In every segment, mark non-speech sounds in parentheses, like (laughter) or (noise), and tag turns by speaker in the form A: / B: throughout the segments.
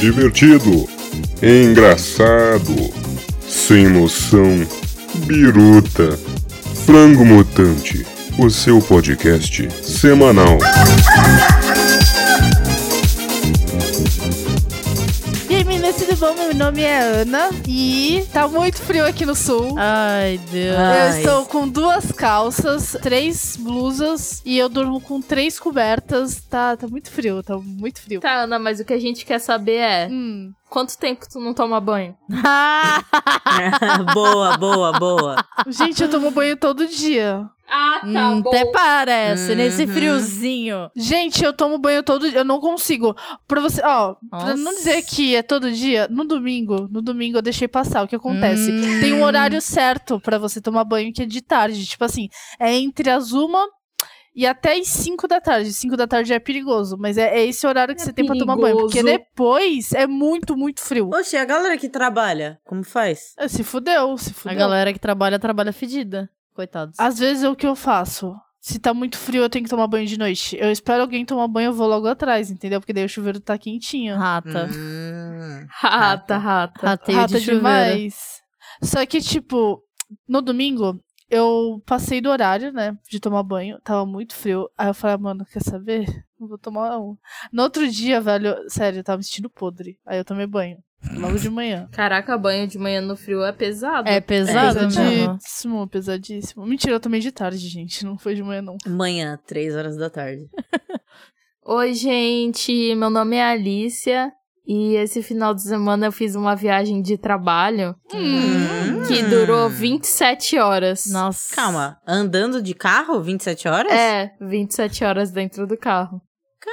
A: divertido, engraçado, sem noção, biruta, frango mutante, o seu podcast semanal.
B: E aí, meninas, tudo bom? Meu nome é Ana e tá muito frio aqui no sul.
C: Ai, Deus.
B: Eu estou com duas calças, três blusas e eu durmo com três cobertas. Tá, tá muito frio, tá muito frio.
D: Tá, Ana, mas o que a gente quer saber é
B: Hum,
D: quanto tempo tu não toma banho?
E: (laughs)
C: boa, boa, boa.
B: Gente, eu tomo banho todo dia.
D: Ah,
C: Hum, até parece, nesse
D: Uhum.
C: friozinho.
B: Gente, eu tomo banho todo dia. Eu não consigo. Pra você, ó, pra
C: Nossa.
B: não dizer que é todo dia, no domingo, no domingo eu deixei passar. O que acontece? Tem
C: Hum.
B: um horário certo pra você tomar banho que é de tarde. Tipo assim, é entre as uma e até as 5 da tarde. 5 da tarde é perigoso, mas é, é esse horário que
D: É
B: você tem pra tomar banho. Porque
D: perigoso.
B: depois é muito, muito frio.
E: Oxe, a galera que trabalha, como faz?
B: É, Se fudeu, se
C: A
B: fudeu.
C: galera que trabalha, trabalha fedida. Coitados.
B: Às vezes é o que eu faço. Se tá muito frio, eu tenho que tomar banho de noite. Eu espero alguém tomar banho, eu vou logo atrás, entendeu? Porque daí o chuveiro tá quentinho.
C: Rata.
E: Hum.
D: Hum. Rata, rata.
C: Rateio
B: Rata
C: de chuveiro.
B: demais. Só que, tipo, no domingo, eu passei do horário, né, de tomar banho. Tava muito frio. Aí eu falei, "Ah, mano, quer saber? Eu Vou tomar um. No outro dia, velho, eu- sério, eu tava me sentindo podre. Aí eu tomei banho. Logo de
D: (laughs)
B: manhã.
D: Caraca, banho de manhã no frio é pesado.
C: É pesado
E: É
C: mesmo.
B: pesadíssimo, pesadíssimo. Mentira, eu tomei de tarde, gente. Não foi de manhã, não.
E: Manhã, três horas da tarde.
D: Oi, gente, meu nome é Alicia e esse final de semana eu fiz uma viagem de trabalho Hum, que
E: Hum.
D: durou 27 horas.
C: Hum. Nossa.
E: Calma, andando de carro 27 horas?
D: É, 27 horas dentro do carro.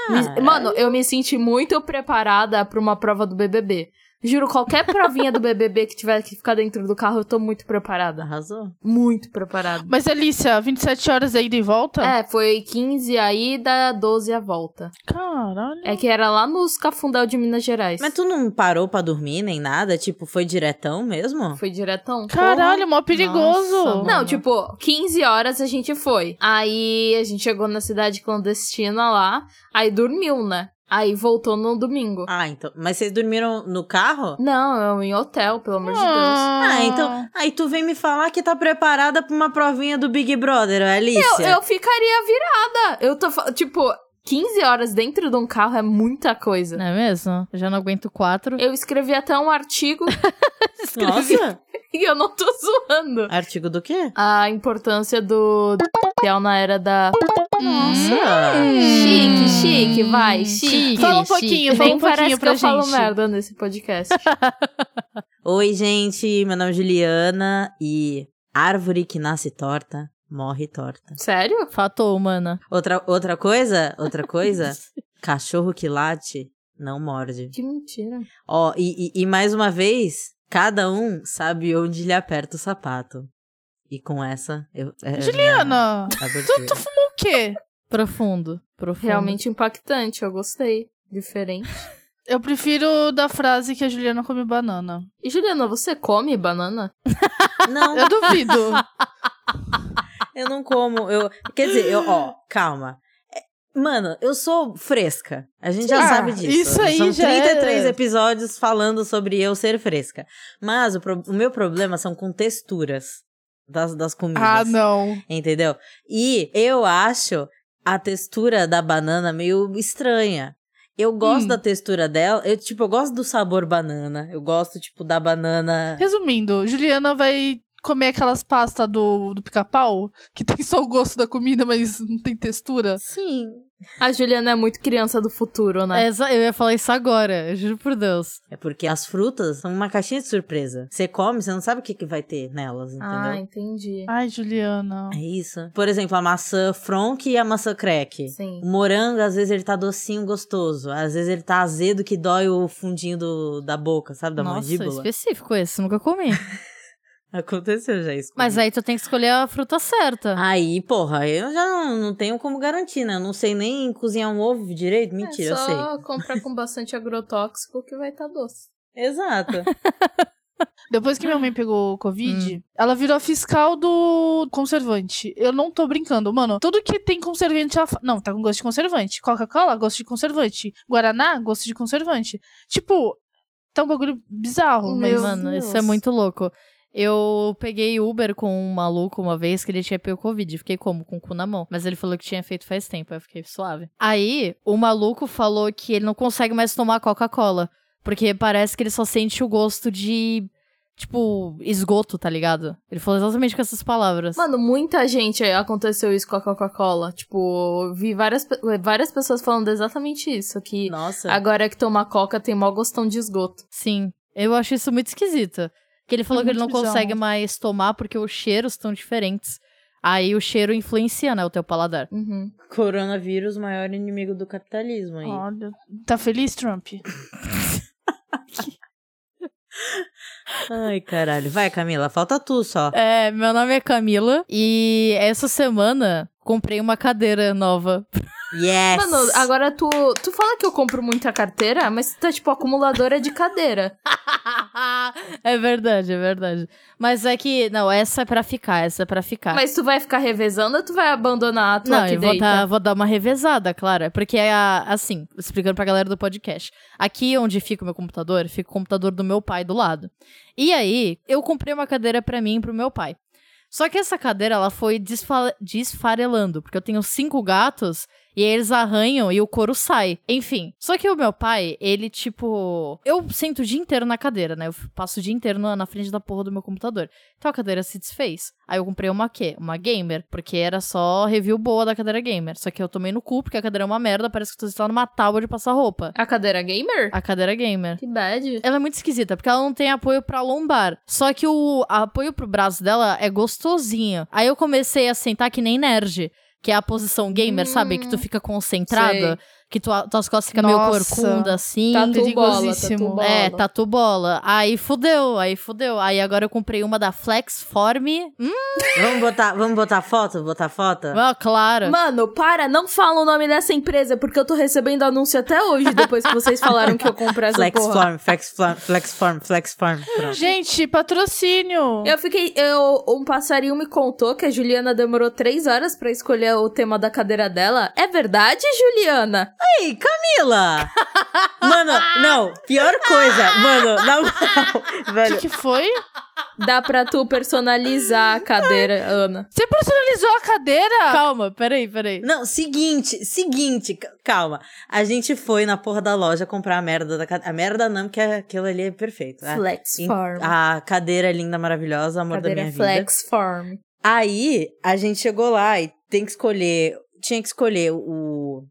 D: Me-
E: Cara,
D: Mano, eu me senti muito preparada pra uma prova do BBB. Juro, qualquer provinha do BBB que tiver que ficar dentro do carro, eu tô muito preparada.
E: arrasou.
D: Muito preparada.
B: Mas, Alicia, 27 horas aí de volta?
D: É, foi 15 a ida, 12 a volta.
B: Caralho.
D: É que era lá nos Cafundel de Minas Gerais.
E: Mas tu não parou pra dormir nem nada? Tipo, foi diretão mesmo?
D: Foi diretão?
B: Caralho, mó perigoso.
C: Nossa, mano.
D: Não, tipo, 15 horas a gente foi. Aí a gente chegou na cidade clandestina lá, aí dormiu, né? Aí voltou no domingo.
E: Ah, então. Mas vocês dormiram no carro?
D: Não, eu em hotel, pelo amor de Deus.
E: Ah, então. Aí tu vem me falar que tá preparada pra uma provinha do Big Brother, Alicia.
D: Eu, eu ficaria virada. Eu tô, fa- tipo, 15 horas dentro de um carro é muita coisa.
C: Não é mesmo? Eu já não aguento quatro.
D: Eu escrevi até um artigo (laughs)
E: Nossa,
D: e eu não tô zoando.
E: artigo do quê?
D: A importância do ideal na era da
E: Nossa.
D: Chique, chique, vai,
C: Chique,
D: chique.
B: Fala um
C: chique.
B: pouquinho, fala
D: Nem
B: um
D: parece
B: pouquinho
D: que eu
B: pra
D: falo
B: gente.
D: merda nesse podcast.
E: Oi, gente. Meu nome é Juliana e árvore que nasce torta, morre torta.
D: Sério?
C: Fatou, mana.
E: Outra, outra coisa, outra coisa, cachorro que late não morde.
D: Que mentira.
E: Ó, e, e, e mais uma vez, cada um sabe onde lhe aperta o sapato. E com essa, eu. é a
B: Juliana,
E: minha
B: tu,
E: abertura.
B: tu fumou o quê?
C: Profundo. Profundo.
D: Realmente impactante, eu gostei. Diferente.
B: Eu prefiro da frase que a Juliana come banana.
D: E Juliana, você come banana?
E: Não,
B: Eu duvido.
E: eu não como. Eu, quer dizer, eu, ó, calma. É, Mano, eu sou fresca. A gente já
B: Ah,
E: sabe disso.
B: isso aí
E: São
B: já é-
E: 33 episódios falando sobre eu ser fresca. Mas o, pro- o meu problema são com texturas das, das comidas.
B: ah, não.
E: Entendeu? E eu acho a textura da banana meio estranha. Eu gosto
B: Hum.
E: da textura dela. Eu, tipo, eu gosto do sabor banana. Eu gosto, tipo, da banana.
B: Resumindo, Juliana vai comer aquelas pastas do, do pica-pau, que tem só o gosto da comida, mas não tem textura.
E: Sim.
D: A Juliana é muito criança do futuro, né?
C: Essa- eu ia falar isso agora, eu juro por Deus.
E: É porque as frutas são uma caixinha de surpresa. Você come, você não sabe o que, que vai ter nelas, entendeu?
D: ah, entendi.
B: Ai, Juliana.
E: É isso. Por exemplo, a maçã fronk e a maçã crack.
D: Sim.
E: O morango, às vezes, ele tá docinho, gostoso. Às vezes, ele tá azedo que dói o fundinho do- da boca, sabe? Da
C: Nossa, é
E: mandíbula.
C: específico esse, nunca comi.
E: (laughs) Aconteceu já isso.
C: Mas é-
E: comigo.
C: aí tu tem que escolher a fruta certa.
E: Aí, porra, eu já não, não tenho como garantir, né? Eu não sei nem cozinhar um ovo direito. Mentira,
D: é (laughs)
E: eu
D: tá só comprar com bastante agrotóxico que vai estar doce.
E: sei. Exato.
B: Depois que minha mãe pegou o Covid, ela virou a fiscal do conservante. Eu não tô brincando, mano. Tudo que tem conservante, ela fala. Não, tá com gosto de conservante. Coca-Cola, gosto de conservante. Guaraná, gosto de conservante. Tipo, tá um bagulho bizarro,
D: Meu
B: mas.
C: Mano, isso é
D: Deus.
C: muito louco. Eu peguei Uber com um maluco uma vez que ele tinha pego Covid. Fiquei como? Com o cu na mão. Mas ele falou que tinha feito faz tempo. Aí eu fiquei suave. Aí, o maluco falou que ele não consegue mais tomar Coca-Cola. Porque parece que ele só sente o gosto de, tipo, esgoto, tá ligado? Ele falou exatamente com essas palavras.
D: Mano, muita gente aconteceu isso com a Coca-Cola. Tipo, vi várias, pe- várias pessoas falando exatamente isso. Que
E: Nossa.
D: agora que tomar Coca tem mó gostão de esgoto.
C: Sim, eu acho isso muito esquisito. Que ele falou
B: É
C: que ele não
B: muito bizarro.
C: consegue mais tomar porque os cheiros estão diferentes. Aí o cheiro influencia, né, o teu paladar.
D: Uhum.
E: Coronavírus, maior inimigo do capitalismo aí.
B: Olha. Tá feliz, Trump?
E: Ai, caralho. Vai, Camila, falta tu só.
C: É, meu nome é Camila e essa semana comprei uma cadeira nova. (laughs)
E: Yes!
D: Mano, agora tu. Tu fala que eu compro muita carteira, mas tu tá tipo acumuladora de
C: (laughs)
D: cadeira.
C: é verdade, é verdade. Mas é que, não, essa é pra ficar, essa é pra ficar.
D: Mas tu vai ficar revezando ou tu vai abandonar a tua
C: Não,
D: que
C: eu vou, tá-
D: deita?
C: dar, vou dar uma revezada, claro. Porque, é a- assim, explicando pra galera do podcast. Aqui onde fica o meu computador, fica o computador do meu pai do lado. E aí, eu comprei uma cadeira pra mim e pro meu pai. Só que essa cadeira, ela foi desfa- desfarelando. Porque eu tenho cinco gatos e aí eles arranham e o couro sai. Enfim. Só que o meu pai, ele, tipo. Eu sento o dia inteiro na cadeira, né? Eu passo o dia inteiro na, na frente da porra do meu computador. Então a cadeira se desfez. Aí eu comprei uma quê? Uma gamer. Porque era só review boa da cadeira gamer. Só que eu tomei no cu, porque a cadeira é uma merda. Parece que eu tô sentado numa tábua de passar roupa.
D: A cadeira gamer?
C: A cadeira é gamer.
D: Que bad.
C: Ela é muito esquisita, porque ela não tem apoio pra lombar. Só que o apoio pro braço dela é gostosinho. Aí eu comecei a sentar que nem nerd. Que é a posição gamer,
D: Hum.
C: sabe? Que tu fica concentrada. Que tua, tuas costas ficam meio
B: Nossa.
C: corcunda, assim.
D: Tatu Tá bola, tatu
B: perigosíssimo.
D: bola.
C: É, tatu bola. Aí fudeu, aí fudeu. Aí agora eu comprei uma da Flexform. Hum,
E: Vamos, botar, vamos botar foto? Botar foto?
C: ah, claro.
D: Mano, para, não fala o nome dessa empresa, porque eu tô recebendo anúncio até hoje, depois que vocês falaram que eu comprei essa
E: Flexform,
D: porra.
E: flexform, flexform, flexform. Pronto.
B: Gente, patrocínio!
D: Eu fiquei. Eu, um passarinho me contou que a Juliana demorou três horas pra escolher o tema da cadeira dela. É verdade, Juliana?
E: Ei, Camila! (laughs) Mano, não, pior coisa. Mano, na moral,
B: O que,
E: velho.
B: que foi?
D: Dá pra tu personalizar a cadeira, Ana.
B: Você personalizou a cadeira?
C: Calma, peraí,
B: é
C: peraí.
E: Não, seguinte, seguinte, c- calma. A gente foi na porra da loja comprar a merda da cadeira. A merda não, porque aquilo ali é perfeito. né? Em-
D: Flexform.
E: A cadeira linda, maravilhosa, amor da
D: cadeira
E: minha vida.
D: Flexform.
E: Aí a gente chegou lá e tem que escolher. Tinha que escolher o.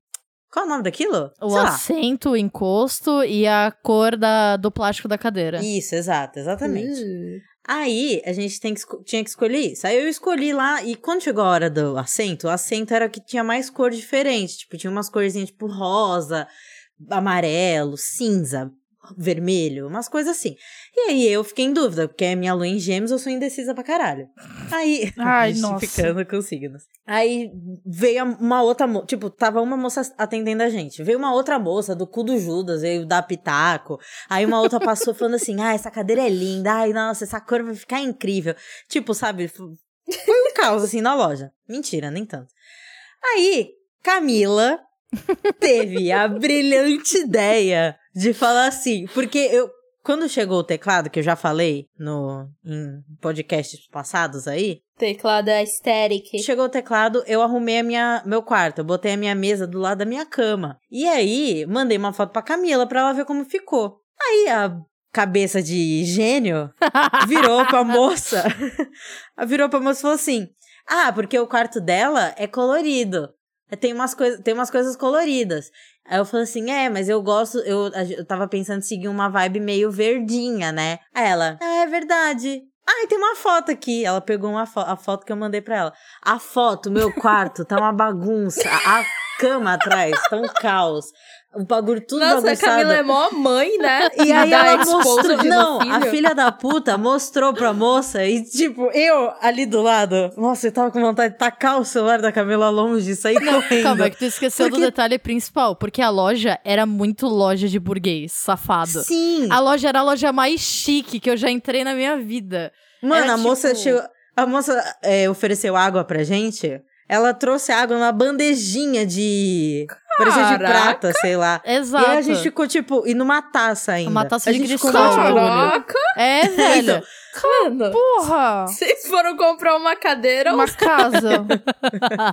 E: Qual é o nome daquilo?
C: O
E: Sei lá.
C: assento, o encosto e a cor da, do plástico da cadeira.
E: Isso, exato, exatamente.
D: Uh,
E: Aí a gente tem que esco- tinha que escolher isso. Aí eu escolhi lá, e quando chegou a hora do assento, o assento era o que tinha mais cor diferente. Tipo, tinha umas corzinhas tipo rosa, amarelo, cinza, vermelho, umas coisas assim. E aí eu fiquei em dúvida, porque a minha lua em gêmeos eu sou indecisa pra caralho. Aí.
B: Ai,
E: justificando com signos. Aí veio a- uma outra moça. Tipo, tava uma moça atendendo a gente. Veio uma outra moça do cu do Judas, veio dar pitaco. Aí uma outra passou (laughs) falando assim: ah, essa cadeira é linda. Ai, nossa, essa cor vai ficar incrível. Tipo, sabe? f- Foi um caos assim na loja. Mentira, nem tanto. Aí, Camila teve a brilhante ideia de falar assim, porque eu. Quando chegou o teclado, que eu já falei no, em podcasts passados aí,
D: teclado
E: é
D: aesthetic.
E: Chegou o teclado, eu arrumei a minha, meu quarto, eu botei a minha mesa do lado da minha cama. E aí, mandei uma foto pra Camila pra ela ver como ficou. Aí a cabeça de gênio virou pra moça. (laughs) virou pra moça e falou assim: "Ah, porque o quarto dela é colorido. Tem umas coisas, tem umas coisas coloridas". Aí eu falei assim: "É, mas eu gosto, eu, eu tava pensando em seguir uma vibe meio verdinha, né?". Aí ela: "Ah, é verdade". Ai, tem uma foto aqui. Ela pegou uma fo- a foto que eu mandei pra ela. A foto, meu quarto, tá uma bagunça. A, cama atrás, tá um caos. O bagulho tudo
D: Nossa, a
E: bagunçado.
D: Camila é mó mãe, né?
E: E aí
D: Dá
E: ela
D: exposed
E: mostrou.
D: no
E: Não,
D: filho.
E: a filha da puta mostrou pra moça e, tipo, eu ali do lado. Nossa, eu tava com vontade de tacar o celular da Camila longe e sair (laughs)
C: Calma, é
E: correndo.
C: que tu esqueceu
E: Porque-
C: do detalhe principal, porque a loja era muito loja de burguês, safado.
E: Sim!
C: A loja era a loja mais chique que eu já entrei na minha vida.
E: Mano,
C: era
E: a moça
C: tipo-
E: chegou. A moça é, ofereceu água pra gente. Ela trouxe água numa bandejinha de. Bandejinha de
D: Caraca!
E: prata, sei lá.
C: Exato.
E: E aí a gente ficou, tipo, e numa taça ainda.
C: Uma taça
E: a
C: de
E: gente ficou
C: cristal.
E: lá, tipo,
D: Caraca,
E: (laughs)
C: É, velho.
D: mano.
B: Porra!
D: Vocês foram comprar uma cadeira ou
B: Uma casa.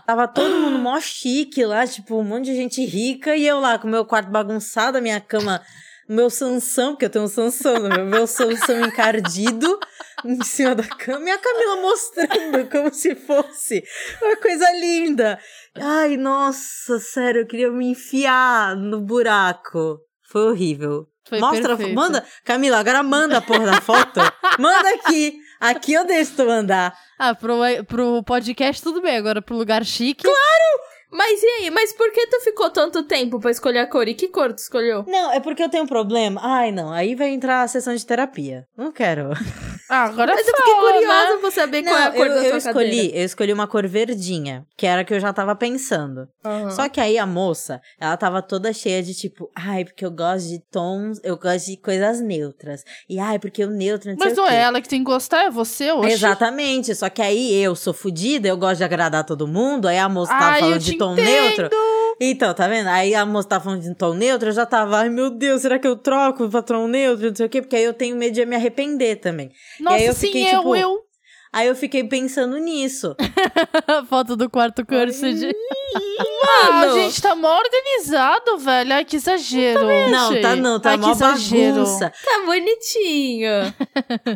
E: Tava todo mundo mó chique lá, tipo, um monte de gente rica. E eu lá com o meu quarto bagunçado, a minha cama, o meu Sansão, porque eu tenho um Sansão, no meu, meu Sansão encardido em cima da cama. E a Camila mostrando como se fosse uma coisa linda. Ai, nossa, sério, eu queria me enfiar no buraco. Foi horrível.
C: Foi
E: Mostra, a fo-
C: perfeito.
E: manda. Camila, agora manda a porra da foto. manda aqui. Aqui eu deixo tu mandar.
C: Ah, pro, pro podcast tudo bem, agora pro lugar chique. (laughs)
D: Mas e aí? Mas por que tu ficou tanto tempo pra escolher a cor? E que cor tu escolheu?
E: Não, é porque eu tenho um problema. Ai, não. Aí vai entrar a sessão de terapia. Não quero.
B: Ah, agora
D: Mas eu fiquei
B: fala,
D: curiosa
B: né?
D: pra saber
E: Não,
D: qual é a cor
E: eu,
D: da
E: eu
D: sua cadeira.
E: escolhi, eu escolhi uma cor verdinha, que era a que eu já tava pensando.
D: Aham.
E: Só que aí a moça, ela tava toda cheia de tipo, ai, porque eu gosto de tons, eu gosto de coisas neutras. E ai, porque o neutro não sei
B: Mas
E: o
B: não
E: quê.
B: é ela que tem que gostar, é você, oxe.
E: Exatamente, só que aí eu sou fodida, eu gosto de agradar todo mundo, aí a moça tava
B: Ai, eu
E: falando
B: te
E: de tom
B: entendo.
E: neutro. Então, tá vendo? Aí a moça tava falando de tom neutro, eu já tava, ai meu Deus, será que eu troco pra tom neutro, não sei o quê, porque aí eu tenho medo de me arrepender também.
B: Nossa,
E: E aí eu
B: sim,
E: fiquei,
B: eu,
E: tipo,
B: eu.
E: Aí eu fiquei pensando
B: (laughs)
E: nisso.
C: Foto do quarto cursed.
B: Ah,
D: Mano.
B: gente, tá mó organizado, velho. Ai, que exagero.
E: Não, tá não, tá
B: Ai, que
E: mó
B: exagero.
E: bagunça.
D: Tá bonitinho.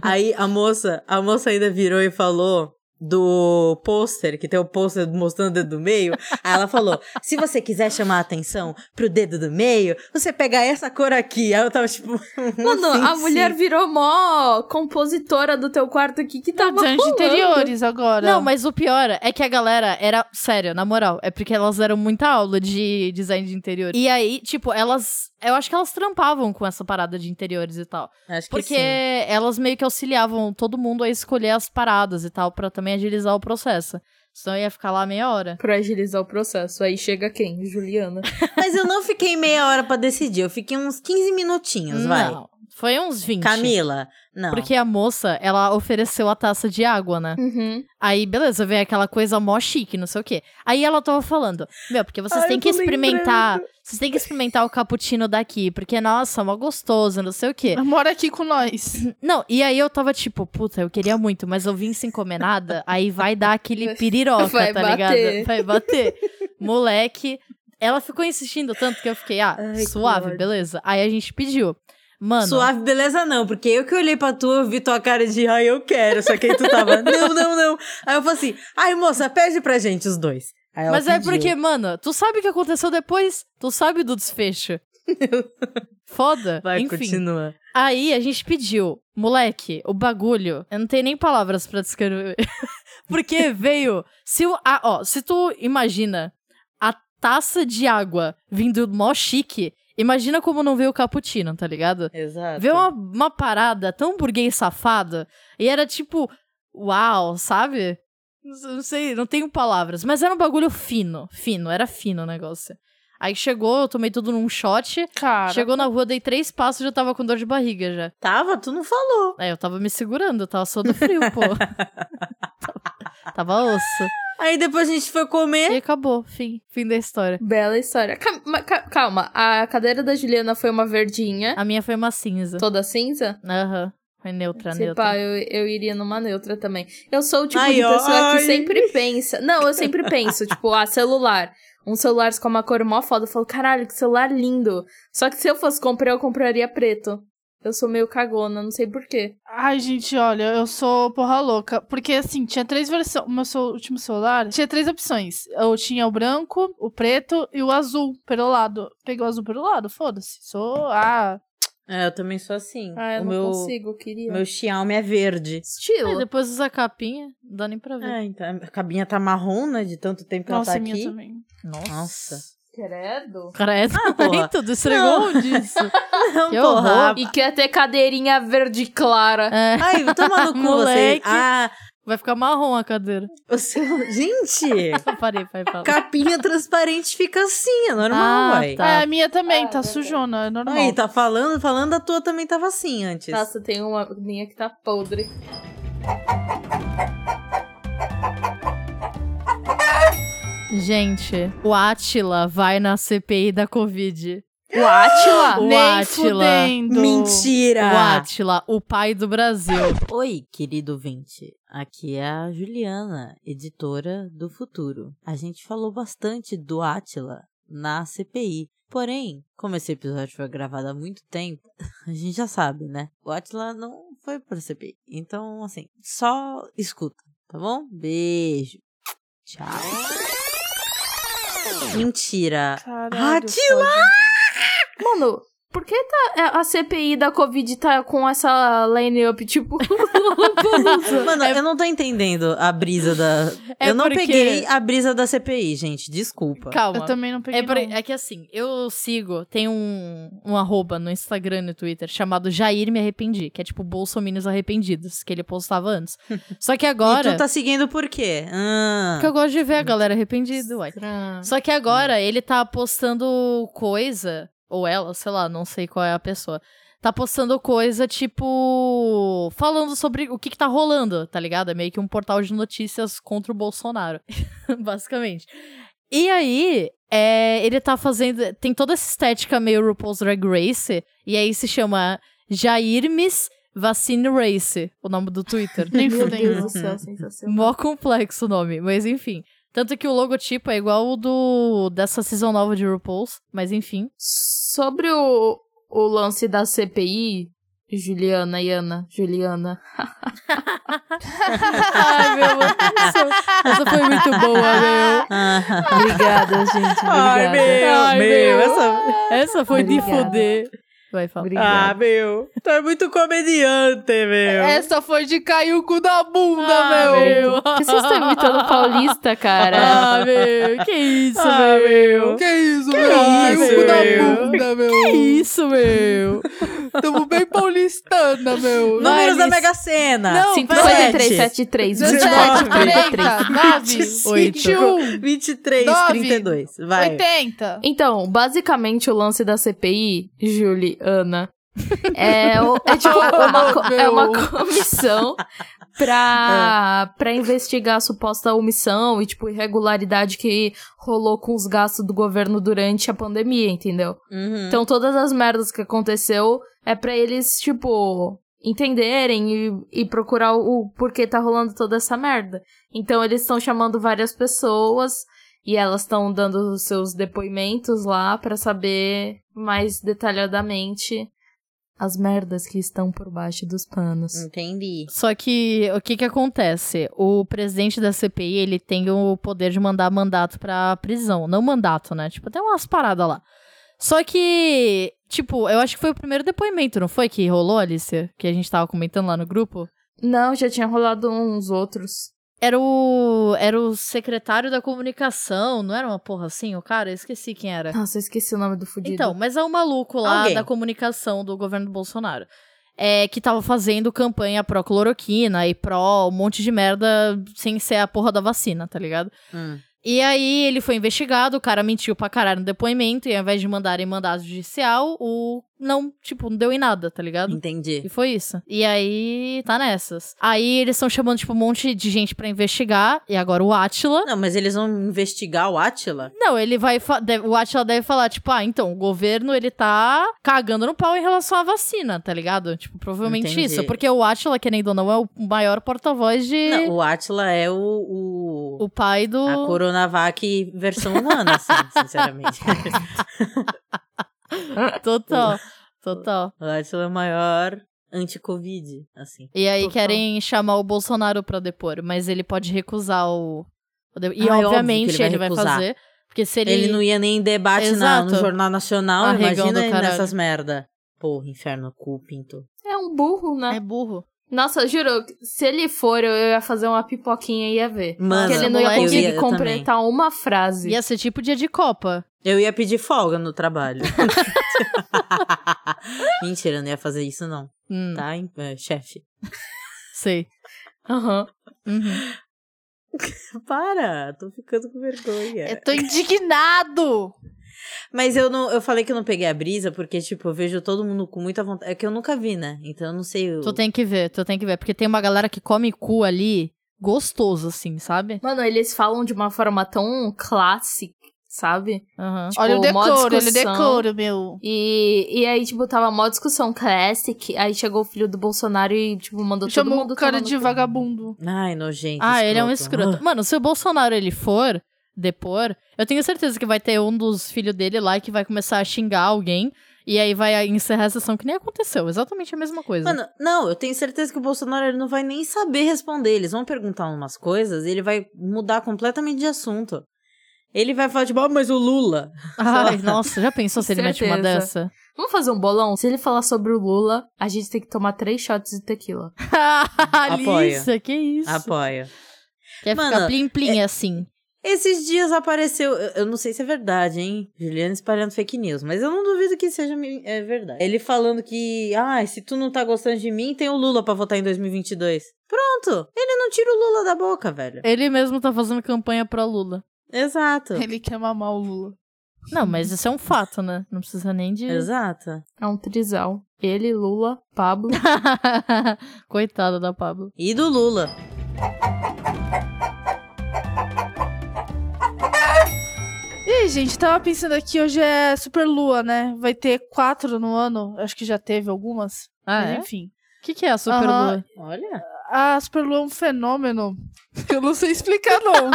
E: Aí a moça, a moça ainda virou e falou do pôster, que tem o pôster mostrando o dedo do meio. Aí ela falou: se você quiser chamar a atenção pro dedo do meio, você pega essa cor aqui. Aí eu tava tipo.
D: (laughs)
E: (laughs)
D: Mano,
E: sim,
D: a
E: sim.
D: mulher virou mó compositora do teu quarto aqui que tava
B: Design de
D: rolando.
B: interiores agora.
C: Não, mas o pior é que a galera era. Sério, na moral. É porque elas deram muita aula de design de interior. E aí, tipo, elas. Eu acho que elas trampavam com essa parada de interiores e tal.
E: Acho que
C: Porque (laughs)
E: sim.
C: elas meio que auxiliavam todo mundo a escolher as paradas e tal, pra também agilizar o processo. Senão ia ficar lá meia hora.
D: Pra agilizar o processo. Aí chega quem? Juliana.
E: Mas eu não fiquei meia hora pra decidir, eu fiquei uns 15 minutinhos, vai.
C: Não, foi uns 20.
E: Camila, não.
C: Porque a moça, ela ofereceu a taça de água, né?
D: Uhum.
C: Aí, beleza, veio aquela coisa mó chique, não sei o quê. Aí ela tava falando, meu, porque vocês
B: Ai,
C: têm
B: eu
C: que
B: tô
C: experimentar. Vocês têm que experimentar o cappuccino daqui, porque, nossa, mó gostoso, não sei o quê.
B: Mora aqui com nós.
C: (laughs) Não, e aí eu tava tipo, puta, eu queria muito, mas eu vim sem comer nada, aí vai dar aquele piriroca,
D: Vai
C: tá
D: bater.
C: ligado? Vai bater. Moleque. Ela ficou insistindo tanto que eu fiquei, ah,
E: Ai, que
C: suave,
E: ódio.
C: beleza. Aí a gente pediu. Mano,
E: Suave, beleza, não, porque eu que olhei pra tu, eu vi tua cara de, ai, eu quero, só que aí tu tava, não, não, não. Aí eu falei assim, ai, moça, pede pra gente os dois. Aí ela
C: Mas é
E: pediu.
C: porque, mano, tu sabe o que aconteceu depois? Tu sabe do
E: (laughs)
C: desfecho. Foda.
E: Vai,
C: Enfim.
E: continua.
C: Aí a gente pediu, moleque, o bagulho. Eu não tenho nem palavras pra descrever. (laughs) porque veio. Se, o- ah, ó, se tu imagina a taça de água vindo mó chique, imagina como não veio o cappuccino, tá ligado?
E: Exato.
C: Veio uma, uma parada tão burguês safada e era tipo, uau, sabe? Não sei- Não sei, não tenho palavras, mas era um bagulho fino, fino, era fino o negócio. Aí chegou, eu tomei tudo num shot,
B: Cara.
C: chegou na rua, dei três passos já tava com dor de barriga já.
E: Tava, tu não falou.
C: Aí eu tava me segurando, eu tava suando frio, pô. Tava- tava osso.
E: Aí depois a gente foi comer.
C: E acabou, fim, fim da história.
D: Bela história. Ca- ma- ca- Calma, a cadeira da Juliana foi uma verdinha,
C: A minha foi uma cinza.
D: toda cinza?
C: Aham, foi neutra,
D: Se
C: neutra.
D: pá, eu, eu iria numa neutra também. Eu sou o tipo
E: Ai,
D: de
E: ó,
D: pessoa
E: ai.
D: que sempre pensa. Não, eu sempre
E: (laughs)
D: penso, tipo, ah, celular. Um celular com uma cor mó foda. Eu falo, caralho, que celular lindo. Só que se eu fosse comprar, eu compraria preto. Eu sou meio cagona, não sei porquê.
B: Ai, gente, olha, eu sou porra louca. Porque, assim, tinha três versões. O meu cel- último celular tinha três opções. Eu tinha o branco, o preto e o azul perolado. Peguei o azul perolado, foda-se. Sou. Ah.
E: É, eu também sou assim.
D: Ah, eu
E: o
D: não
E: meu,
D: consigo, eu queria.
E: Meu Xiaomi é verde.
C: Aí
D: Estilo.
C: depois usa a capinha, não dá nem pra ver.
E: É. Ah, então, a cabinha tá marrom, né? De tanto tempo que
B: Nossa, a
E: ela tá
B: minha
E: aqui.
B: também.
C: Nossa.
E: Nossa.
D: Credo.
C: Credo.
E: Ah, porra.
C: tudo, estragou disso.
E: Não,
C: Que
E: (laughs) porra.
C: horror.
D: Ah, E quer ter cadeirinha verde clara.
C: É,
E: Ai, toma no cu
C: Moleque.
E: você. Ah,
C: vai ficar marrom a cadeira. Então,
E: o seu... Gente,
C: Parei, pai, fala.
E: capinha transparente fica assim, é normal,
C: Ah,
E: vai.
C: tá.
B: É, a minha também,
D: Ah,
B: tá
D: verdade.
B: sujona, é normal.
E: Aí, tá falando, falando, a tua também tava assim antes.
D: Nossa, tem uma minha que tá podre.
C: Gente, o Atila vai na CPI da Covid.
D: O Atila?
C: O
B: Nem
C: Átila.
B: fudendo.
E: Mentira!
C: O Atila, o pai do Brasil.
E: Oi, querido ouvinte. Aqui é a Juliana, editora do Futuro. A gente falou bastante do Átila na CPI. Porém, como esse episódio foi gravado há muito tempo, (laughs) a gente já sabe, né? O Átila não foi pra CPI. Então, assim, só escuta, tá bom? Beijo. Tchau. Mentira.
B: Caralho,
E: Átila!
B: foda.
D: Mano, por que tá, é, a CPI da Covid tá com essa
E: (laughs)
D: line-up, tipo...
E: Mano, eu não tô entendendo a brisa da.
C: É
E: eu não
C: porque-
E: peguei a brisa da CPI, gente. Desculpa.
B: Eu
C: Calma.
B: também não peguei.
C: É, por-
B: não.
C: é que assim, eu sigo, tem um, um arroba no Instagram e no Twitter chamado Jair Me Arrependi, que é tipo Bolsominions Arrependidos, que ele postava antes. Só que
E: E
C: agora.
E: tu tá seguindo por quê? Ah,
C: Porque eu gosto de ver a galera arrependida, uai. Só que agora ele tá postando coisa, ou ela, sei lá, não sei qual é a pessoa. Tá postando coisa tipo. falando sobre o que, que tá rolando, tá ligado? É meio que um portal de notícias contra o Bolsonaro, (laughs) basicamente. E aí, é, ele tá fazendo. Tem toda essa estética meio RuPaul's Drag Race, e aí se chama Jairmes Vaccine Race, o nome do Twitter.
B: Nem
D: Meu Deus
B: fudendo.
D: do céu, sensacional.
C: Mó complexo o nome, mas enfim. Tanto que o logotipo é igual o do dessa season nova de RuPaul's, mas enfim.
D: Sobre o, o lance da CPI, Juliana e Ana, Juliana.
C: (laughs) Ai, meu Deus. Essa foi muito boa, meu.
E: ah,
D: Obrigada, (laughs) gente,
E: Ai,
D: obrigada.
E: meu,
C: Ai,
E: meu,
C: meu.
E: essa.
C: Essa foi de
D: Obrigada.
C: foder. Vai falar.
E: Ah, meu. Tu é muito comediante, meu.
C: É,
B: Essa foi de cair o cu da bunda,
C: Ah,
B: meu.
C: meu.
D: Por que vocês estão imitando paulista, cara?
C: Ah, meu. Que isso,
E: Ah,
C: meu.
B: Que isso,
E: Que
B: meu? Caiu
E: isso,
B: o cu
E: meu?
B: da bunda, meu.
C: Que isso, meu.
B: Tamo bem paulistana, meu.
E: Números da
C: Alice.
E: Mega Sena.
C: Não,
D: 5,
C: vai,
D: 53, 73,
B: 17,
D: 27, 33.
B: 40, 9, 21,
E: 23,
B: Nove.
E: 32. Vai.
B: 80.
D: Então, basicamente o lance da CPI, Juliana, é, o- é tipo uma, co- é uma
B: meu.
D: comissão pra, pra investigar a suposta omissão e, tipo, irregularidade que rolou com os gastos do governo durante a pandemia, entendeu?
E: Uhum.
D: Então, todas as merdas que aconteceu é pra eles, tipo, entenderem e, e procurar o, o porquê tá rolando toda essa merda. Então, eles estão chamando várias pessoas e elas estão dando os seus depoimentos lá pra saber mais detalhadamente as merdas que estão por baixo dos panos.
E: Hum. Entendi.
C: Só que o que que acontece? O presidente da CPI, ele tem o poder de mandar mandato pra prisão. Não mandato, né? Tipo, tem umas paradas lá. Só que, tipo, eu acho que foi o primeiro depoimento, não foi? Que rolou, Alice? Que a gente tava comentando lá no grupo?
D: Não, já tinha rolado uns outros.
C: Era o, era o secretário da comunicação, não era uma porra assim? O cara, eu esqueci quem era.
D: Nossa, eu esqueci o nome do fudido.
C: Então, mas é um maluco lá
E: Alguém.
C: da comunicação do governo do Bolsonaro. É, que tava fazendo campanha pró-cloroquina e pró um monte de merda sem ser a porra da vacina, tá ligado?
E: Hum.
C: E aí ele foi investigado, o cara mentiu pra caralho no depoimento, e ao invés de mandarem mandado judicial, o. Não, tipo, não deu em nada, tá ligado? E
E: Entendi.
C: foi isso. E aí, tá nessas. Aí eles estão chamando, tipo, um monte de gente pra investigar. E agora o Atila.
E: Não, mas eles vão investigar o Átila?
C: Não, ele vai. fa- deve- o Atila deve falar, tipo, ah, então, o governo ele tá cagando no pau em relação à vacina, tá ligado? Tipo, provavelmente
E: Entendi.
C: isso. Porque o Atila, querendo ou não, é o maior porta-voz de.
E: Não, o Átila é o. o...
C: O pai do.
E: A Coronavac versão humana, assim, sinceramente. (laughs)
C: Total. Total.
E: o Átila é o maior anti-Covid, assim.
C: E aí
D: Total.
C: querem chamar o Bolsonaro pra depor, mas ele pode recusar o. o de- E
E: Ah, é óbvio
C: obviamente
E: que ele
C: ele
E: vai
C: vai,
E: recusar.
C: fazer. Porque se ele.
E: Ele, não ia nem em debate na, no
C: Exato.
E: Jornal Nacional,
C: Arregão do
E: imagina ele
C: caralho.
E: nessas merda. Porra, inferno, cu, pinto.
D: É um burro, né?
C: É burro.
D: Nossa, juro, se ele for, eu eu ia fazer uma pipoquinha e ia ver.
E: Mano,
D: Porque ele não ia
C: moleque,
E: eu
D: conseguir
E: ia- eu também.
D: completar uma frase.
C: Ia ser tipo dia de Copa.
E: Eu ia pedir folga no
C: (laughs)
E: trabalho. (laughs) Mentira, não ia fazer isso, não.
C: Hum,
E: Tá, hein, eh, chefe?
C: Sei.
D: Aham.
C: Uhum.
E: Para, tô ficando com vergonha.
B: É,
C: É,
B: Eu tô indignado!
E: Mas eu não, eu falei que eu não peguei a brisa porque, tipo, eu vejo todo mundo com muita vontade. É que eu nunca vi, né? Então eu não sei. o-
C: Tu tem que ver, tu tem que ver. Porque tem uma galera que come cu ali gostoso, assim, sabe?
D: Mano, eles falam de uma forma tão clássica, sabe?
C: Aham.
D: Tipo,
B: olha o
D: mó
B: decoro, olha o
D: discussão.
B: decoro, meu.
D: E, e aí, tipo, tava mó discussão classic. Aí chegou o filho do Bolsonaro e, tipo, mandou todo
B: Chamou
D: mundo
B: o cara
D: tomar no
B: de
D: cu.
B: vagabundo.
E: Ai, nojento.
C: Ah, ele é um escroto. Mano, se o Bolsonaro ele for depor, eu tenho certeza que vai ter um dos filhos dele lá que vai começar a xingar alguém e aí vai encerrar a sessão que nem aconteceu. Exatamente a mesma coisa.
E: Mano, não, eu tenho certeza que o Bolsonaro ele não vai nem saber responder. Eles vão perguntar umas coisas e ele vai mudar completamente de assunto. Ele vai falar, tipo, ah, mas o Lula.
C: (laughs) Ai, nossa, já (laughs) pensou se ele mete uma (laughs)
D: Certeza.
C: dessa?
D: Vamos fazer um bolão? Se ele falar sobre o Lula, a gente tem que tomar três shots de tequila.
E: Apoia.
C: Alissa, que isso?
E: Apoia.
C: Quer
E: Mano,
C: ficar plim-plim assim.
E: Esses dias apareceu, eu eu não sei se é verdade, hein? Juliana espalhando fake news, mas eu não duvido que seja me- é verdade. Ele falando que, ah, se tu não tá gostando de mim, tem o Lula pra votar em 2022. Pronto! Ele não tira o Lula da boca, velho.
C: Ele mesmo tá fazendo campanha pra Lula.
E: Exato.
B: Ele quer mamar o Lula.
C: Não, mas isso é um fato, né? Não precisa nem de.
E: Exato.
D: É um trisal. Ele, Lula,
E: (laughs)
D: Pablo.
C: (laughs) Coitada da Pablo.
E: E do Lula.
B: E aí, gente, tava pensando aqui, hoje é super lua, né? Vai ter quatro no ano, acho que já teve algumas.
C: Ah,
B: mas
C: é? O
B: enfim.
C: que, que é a Super
B: Uhum. Aham.
C: Lua?
E: Olha.
B: A super lua é um fenômeno (laughs) que eu não sei explicar, não.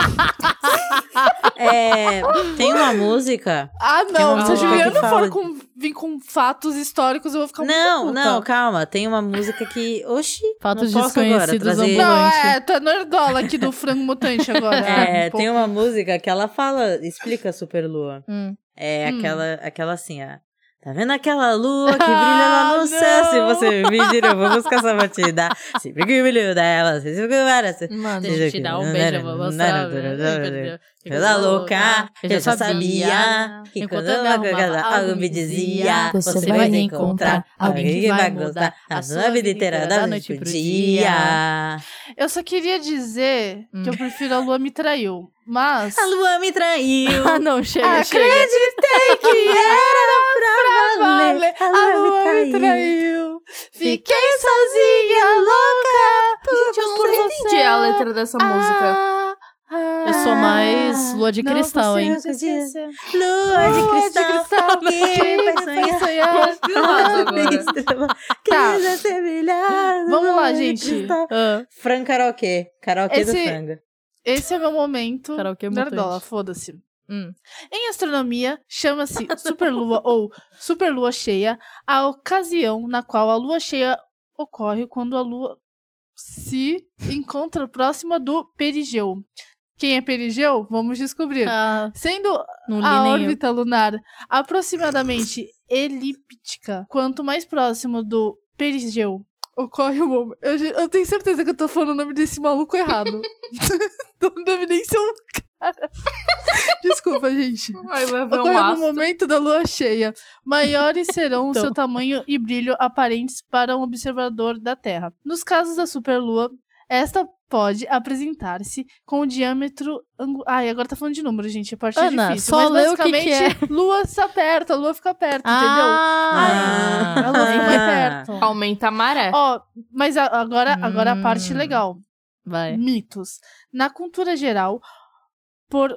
E: É, tem uma música.
B: ah,
E: Tem uma
B: não. Se a
D: música que
B: Juliana
E: fala-
B: for com, vir com fatos históricos, eu vou ficar
E: não,
B: muito puta.
E: não, calma. Tem uma música que.
C: (laughs)
E: Oxi.
C: Fatos
E: não posso agora
C: desconhecidos
E: trazer.
C: ambulantes.
B: Não, é, tá nerdola aqui do frango mutante agora.
E: (laughs) É,
C: um
B: Ah, pô.
E: tem uma música que ela fala, explica a Super Lua.
C: Hum.
E: É
B: Hum.
E: aquela, aquela assim, ó. Tá vendo
C: (laughs)
E: aquela lua que brilha
C: Ah,
E: lá no
C: não!
E: céu? Se você me pedir, eu vou buscar
C: (laughs)
E: essa batida. Se briga o brilho dela, se briga várias.
D: Mano,
E: Deixa eu te dar um beijo, eu vou mostrar. né? Coisa louca, eu já sabia. Que
C: Enquanto
E: quando
C: eu me
E: uma coisa,
C: arrumava,
E: algo me dizia. Você vai encontrar alguém que vai gostar a sua vida inteira, da noite pro dia.
B: Eu só queria dizer
C: Hum.
B: que eu prefiro a lua me traiu. Mas.
E: A lua me (laughs) traiu.
C: Ah, não, chega,
B: Ah,
C: chega.
B: Acreditei que era pra valer.
E: (laughs) a
B: A lua me traiu. Fiquei sozinha, louca.
D: gente, eu não entendi a letra dessa música.
B: Ah, ah,
C: Eu sou mais lua de
B: não
C: cristal,
E: é
C: hein?
B: consigo esquecer.
E: Lua de
B: Lua Ah, de cristal
E: cristal, (laughs) que vai
B: Vai
E: (laughs) sonhar.
B: sonhar. Tá. Vamos lá, gente.
C: Ah,
E: Fran karaokê. Karaokê do
B: Esse-
E: frango.
B: Esse é meu
E: Tá
B: momento.
C: Karaokê é mutante.
B: Nerdola, foda-se.
C: hum.
B: Em astronomia, chama-se superlua (laughs) ou superlua cheia a ocasião na qual a lua cheia ocorre quando a lua se encontra próxima do perigeu. Quem é perigeu? Vamos descobrir.
C: Ah,
B: Sendo
C: não li
B: é a
C: nenhum.
B: órbita lunar aproximadamente elíptica, quanto mais próximo do perigeu ocorre o momento. Eu, ju- eu tenho certeza que eu tô falando o nome desse maluco (laughs) errado. não deve nem ser um (laughs) cara. Desculpa, gente.
D: Ai, vai ver um
B: Ocorreu no
D: aço.
B: momento da lua cheia. Maiores serão o
C: Então.
B: seu tamanho e brilho aparentes para um observador da Terra. Nos casos da superlua, esta pode apresentar-se com o diâmetro angu... Ai, agora tá falando de número, gente. A parte
C: Ana,
B: difícil.
C: só
B: Mas
C: lê o que é. Ah. que
B: basicamente, lua se aperta, a lua fica perto, entendeu? A
C: Ah,
B: lua fica mais
E: Ah.
B: perto.
D: Aumenta a maré.
B: Ó, mas a- agora, agora a parte
C: Hum.
B: legal
C: vai.
B: mitos. Na cultura geral, por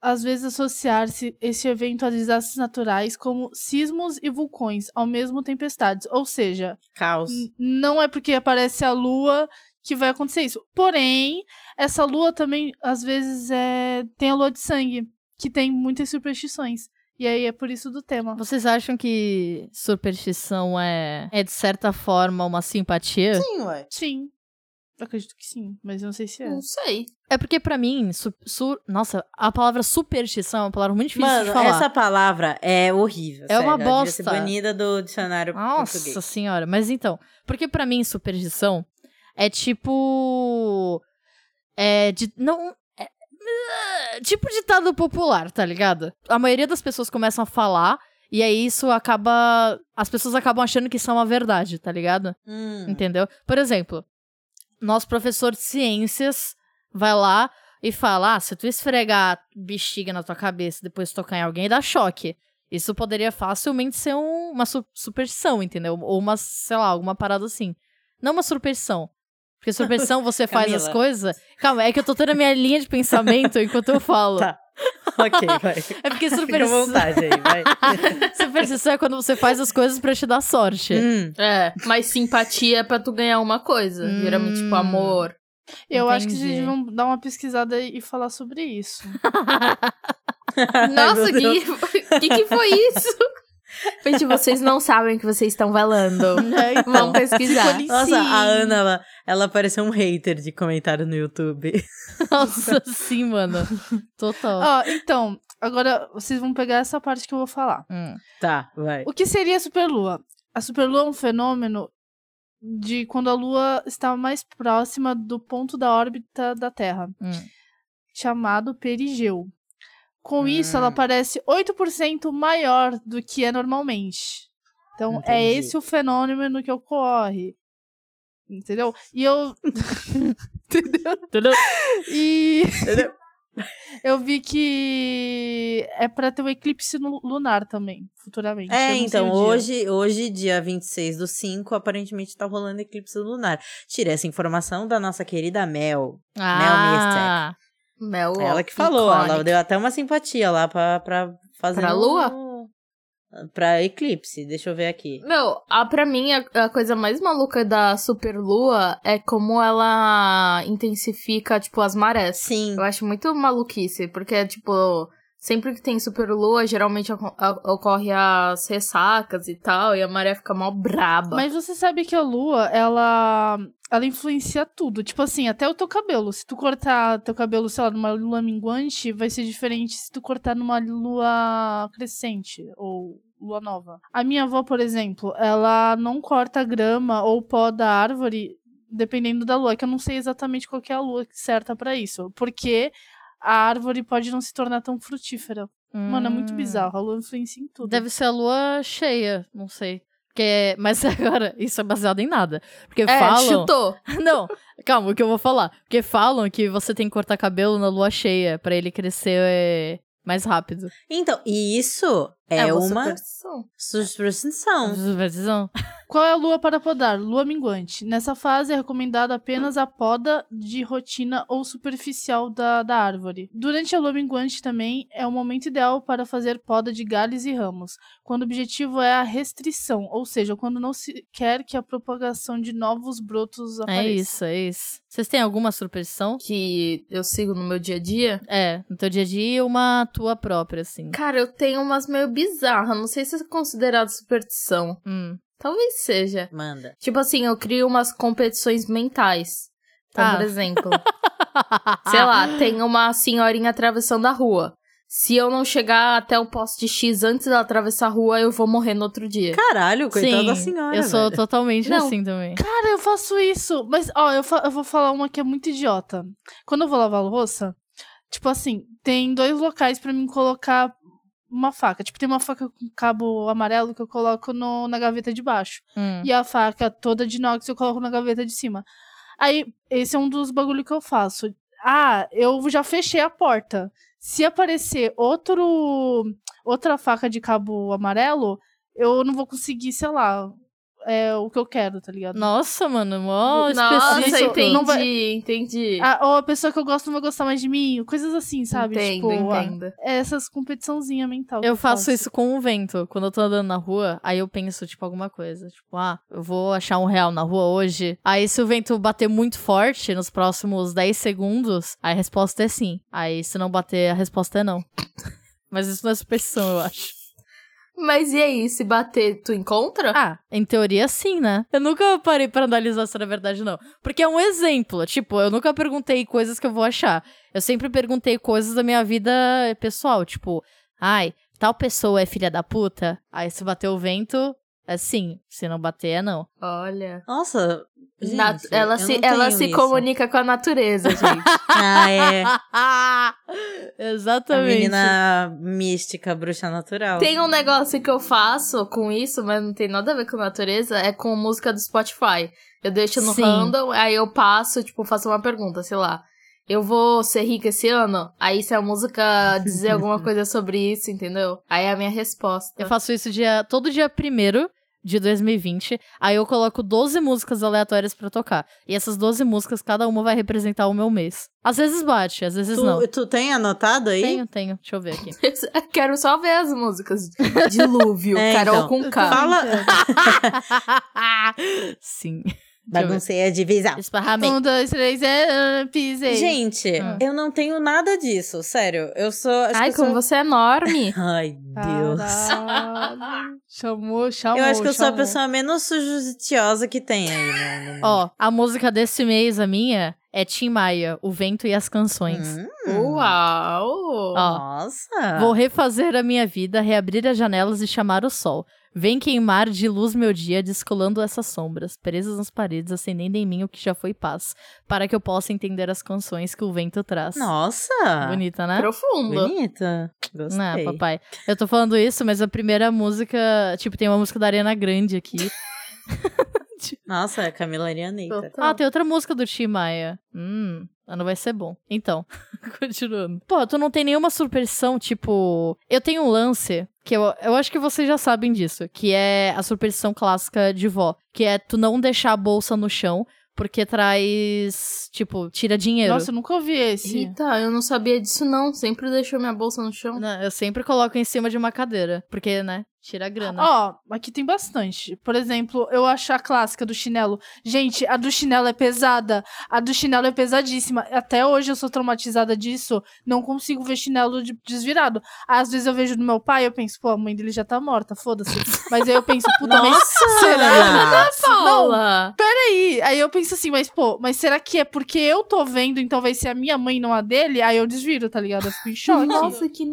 B: às vezes associar-se esse evento a desastres naturais como sismos e vulcões, ao mesmo tempestades. Ou seja,
E: Caos.
B: n- não é porque aparece a lua que vai acontecer isso. Porém, essa lua também às vezes é tem a lua de sangue, que tem muitas superstições. E aí é por isso do tema.
C: Vocês acham que superstição é, é de certa forma uma simpatia?
E: Sim, ué.
B: Sim. Eu acredito que sim, mas eu não sei se é.
D: Não sei.
C: É porque pra mim, su- su- nossa, a palavra superstição é uma palavra muito difícil
E: Mano,
C: de falar.
E: essa palavra é horrível.
C: É
E: sério.
C: uma
E: Ela devia ser
C: bosta.
E: banida do dicionário
C: Nossa
E: português.
C: senhora, mas então, porque pra mim superstição é tipo é de não é- "Ah", Tipo ditado popular, tá ligado? A maioria das pessoas começam a falar e aí isso acaba. As pessoas acabam achando que isso é uma verdade, tá ligado?
E: Hum.
C: Entendeu? Por exemplo, nosso professor de ciências vai lá e fala: ah, se tu esfregar bexiga na tua cabeça e depois tocar em alguém, dá choque. Isso poderia facilmente ser um- uma su- superstição, entendeu? Ou uma, sei lá, alguma parada assim. Não uma superstição. Porque superstição
E: (laughs)
C: você faz as
E: Camila.
C: coisas. Calma, é que eu tô tendo a minha linha de pensamento enquanto eu falo.
E: Tá. (laughs) Ok, vai.
C: É porque
E: Fica à
C: superstição,
E: vontade aí, vai.
C: superstição é quando você faz as coisas pra te dar sorte.
E: Hum.
D: É, mas simpatia é pra tu ganhar uma coisa.
C: Hum.
D: Geralmente, tipo, amor.
B: Eu acho que
C: Entendi.
B: vocês vão dar uma pesquisada e falar sobre isso.
D: Nossa,
E: (laughs) Ai, meu Deus.
D: que, que que foi isso? (laughs) Gente, vocês não sabem o que vocês estão
E: (laughs)
D: valando.
B: É,
E: então.
D: Vamos pesquisar.
B: Ficou
E: Nossa, a
B: Sim.
E: Ana, ela, ela pareceu um hater de comentário no YouTube.
C: Nossa, sim, mano. Total.
B: Ó, então, agora vocês vão pegar essa parte que eu vou falar.
C: Hum.
E: (laughs) Tá, vai.
B: O que seria a superlua? A superlua é um fenômeno de quando a lua está mais próxima do ponto da órbita da Terra,
C: Hum.
B: chamado perigeu. Com isso,
E: Hum.
B: ela parece 8% maior do que é normalmente. Então, é
E: Entendi.
B: esse o fenômeno que ocorre. Entendeu? E eu. (laughs)
C: Entendeu?
B: E.
E: (laughs) Entendeu?
B: Eu vi que é pra ter um eclipse nu- lunar também, futuramente. Eu
E: É,
B: não sei
E: então,
B: o dia.
E: hoje, hoje, dia 26 do 5, aparentemente tá rolando eclipse lunar. Tirei essa informação da nossa querida Mel.
C: Ah,
D: Mel, ó,
E: ela que falou, ela
D: icônica.
E: deu até uma simpatia lá pra, pra fazer.
D: Pra
E: um-
D: lua?
E: Pra eclipse, deixa eu ver aqui.
D: Meu, a, pra mim, a, a coisa mais maluca da Superlua é como ela intensifica, tipo, as marés.
E: Sim.
D: Eu acho muito maluquice, porque, tipo, sempre que tem superlua, geralmente oco- a- ocorre as ressacas e tal, e a maré fica mó braba.
B: Mas você sabe que a lua, ela. Ela influencia tudo. Tipo assim, até o teu cabelo. Se tu cortar teu cabelo, sei lá, numa lua minguante, vai ser diferente se tu cortar numa lua crescente ou lua nova. A minha avó, por exemplo, ela não corta a grama ou o pó da árvore, dependendo da lua, que eu não sei exatamente qual que é a lua certa pra isso. Porque a árvore pode não se tornar tão frutífera. Mano, é muito
C: Hum.
B: bizarro. A lua influencia em tudo.
C: Deve ser a lua cheia, não sei. Porque, mas (laughs) agora, isso é baseado em nada. Porque
D: é,
C: falam.
D: chutou.
C: (laughs) Não, calma, o que eu vou falar. Porque falam que você tem que cortar cabelo na lua cheia pra ele crescer é, mais rápido.
E: Então, e isso é, uma
D: superstição. Uhum.
E: superstição.
C: Superstição.
B: Qual é a lua para podar? Lua minguante. Nessa fase é recomendada apenas a poda de rotina ou superficial da, da árvore. Durante a lua minguante também é o momento ideal para fazer poda de galhos e ramos, quando o objetivo é a restrição, ou seja, quando não se quer que a propagação de novos brotos apareça.
C: É isso, é isso. Vocês têm alguma superstição?
D: Que eu sigo no meu dia a dia.
C: É, no teu dia a dia e uma tua própria, assim.
D: Cara, eu tenho umas meio bizarras, não sei se é considerado superstição.
C: Hum.
D: Talvez seja.
E: Manda.
D: Tipo assim, eu crio umas competições mentais. Então,
C: Ah.
D: por exemplo, sei lá, tem uma senhorinha atravessando a rua. Se eu não chegar até o poste X antes dela atravessar a rua, eu vou morrer no outro dia.
E: Caralho, coitada
C: Sim,
E: da senhora.
C: Eu sou
E: velho.
C: totalmente
D: Não.
C: assim também.
B: Cara, eu faço isso. Mas, ó, eu, fa- eu vou falar uma que é muito idiota. Quando eu vou lavar louça, tipo assim, tem dois locais pra mim colocar uma faca. Tipo, tem uma faca com cabo amarelo que eu coloco no- na gaveta de baixo.
C: Hum.
B: E a faca toda de inox eu coloco na gaveta de cima. Aí, esse é um dos bagulho que eu faço. Ah, eu já fechei a porta. Se aparecer outro outra faca de cabo amarelo, eu não vou conseguir, sei lá, é, o que eu quero, tá ligado?
C: Nossa, mano, mó
D: Nossa,
C: específico.
D: entendi,
B: Não vai-
D: entendi.
B: A- ou a pessoa que eu gosto não vai gostar mais de mim, coisas assim, sabe?
D: Entendo,
B: tipo, a-
D: entendo.
B: essas competiçãozinha mental. que
C: Eu faço isso com o vento. Quando eu tô andando na rua, aí eu penso, tipo, alguma coisa. Tipo, ah, eu vou achar um real na rua hoje. Aí se o vento bater muito forte nos próximos 10 segundos, aí a resposta é sim. Aí se não bater, a resposta é não. (laughs) Mas isso não é superstição, eu acho.
D: Mas e aí, se bater, tu encontra?
C: Ah, em teoria sim, né? Eu nunca parei pra analisar se na verdade não. Porque é um exemplo. Tipo, eu nunca perguntei coisas que eu vou achar. Eu sempre perguntei coisas da minha vida pessoal. Tipo, ai, tal pessoa é filha da puta. Aí se bater o vento, É sim, se não bater é não.
D: Olha.
E: Nossa, gente,
D: Nat- ela
E: eu
D: se,
E: não
D: ela
E: tenho
D: se
E: isso.
D: comunica com a natureza, gente.
E: (laughs) Ah,
D: (laughs)
E: é. A
C: (laughs) Exatamente.
E: É. menina mística, bruxa natural.
D: tem um negócio que eu faço com isso, mas não tem nada a ver com natureza, é com música do Spotify. Eu deixo no
C: Sim.
D: random, aí eu passo, tipo, faço uma pergunta, sei lá. Eu vou ser rica esse ano? Aí se a música dizer alguma coisa sobre isso, entendeu? Aí é a minha resposta.
C: Eu faço isso dia, todo dia primeiro de 2020. Aí eu coloco 12 músicas aleatórias pra tocar. E essas 12 músicas, cada uma vai representar o meu mês. Às vezes bate, às vezes não.
E: tu, tu tem anotado aí?
C: Tenho, tenho. Deixa eu ver
E: (laughs)
C: aqui.
D: (laughs) Quero só ver as músicas. Dilúvio,
E: É,
D: Carol
E: então.
D: com K.
E: Fala.
C: Sim. Deixa eu ver.
E: Baguncei a divisão.
C: Esparramei.
B: Um, dois, três, é, ah, pisei.
E: Gente,
C: Ah.
E: eu não tenho nada disso, sério. Eu sou. acho
D: Hum. Ai,
E: que eu
D: como
E: sou...
D: você é enorme.
E: Ai, Deus.
C: (laughs)
B: Caralho. Chamou, chamou.
E: Eu acho que eu sou a
B: chamou.
E: pessoa menos sujeitiosa que tem aí, né?
C: Ó, a música desse mês, a minha, é Tim Maia, O Vento e as Canções.
E: Hum,
D: (laughs) Uau!
C: Ó,
E: Nossa.
C: Vou refazer a minha vida, reabrir as janelas e chamar o sol. Vem queimar de luz meu dia, descolando essas sombras, presas nas paredes, acendendo em mim o que já foi paz, para que eu possa entender as canções que o vento traz.
E: Nossa.
C: Bonita, né?
D: Profundo.
E: Bonita. Gostei.
C: Não, papai. Eu tô falando isso, mas a primeira música, tipo, tem uma música da Ariana Grande aqui.
E: Nossa, é Camila Arianeita.
D: Total.
C: Ah, tem outra música do Tim Maia. Hum, mas não vai ser bom. Então, (laughs) continuando. Pô, tu não tem nenhuma superstição, tipo... Eu tenho um lance, que eu, eu acho que vocês já sabem disso, que é a superstição clássica de vó, que é tu não deixar a bolsa no chão, porque traz, tipo, tira dinheiro.
B: Nossa, eu nunca ouvi esse.
D: Eita, eu não sabia disso não. Sempre deixou minha bolsa no chão.
C: Não, eu sempre coloco em cima de uma cadeira, porque, né, tira a grana.
B: Ó, aqui tem bastante. Por exemplo, eu acho a clássica do chinelo. Gente, a do chinelo é pesada. A do chinelo é pesadíssima. Até hoje eu sou traumatizada disso. Não consigo ver chinelo de- desvirado. Às vezes eu vejo do meu pai eu penso, pô, a mãe dele já tá morta, foda-se. Mas aí eu penso, puta, mas será?
C: né?
E: (laughs)
B: tá
E: Nossa.
D: Paula!
B: Peraí. Aí eu penso assim, mas pô, mas será que é porque eu tô vendo, então vai ser a minha mãe não a dele? Aí eu desviro, tá ligado? Eu fico em choque.
D: Nossa, que,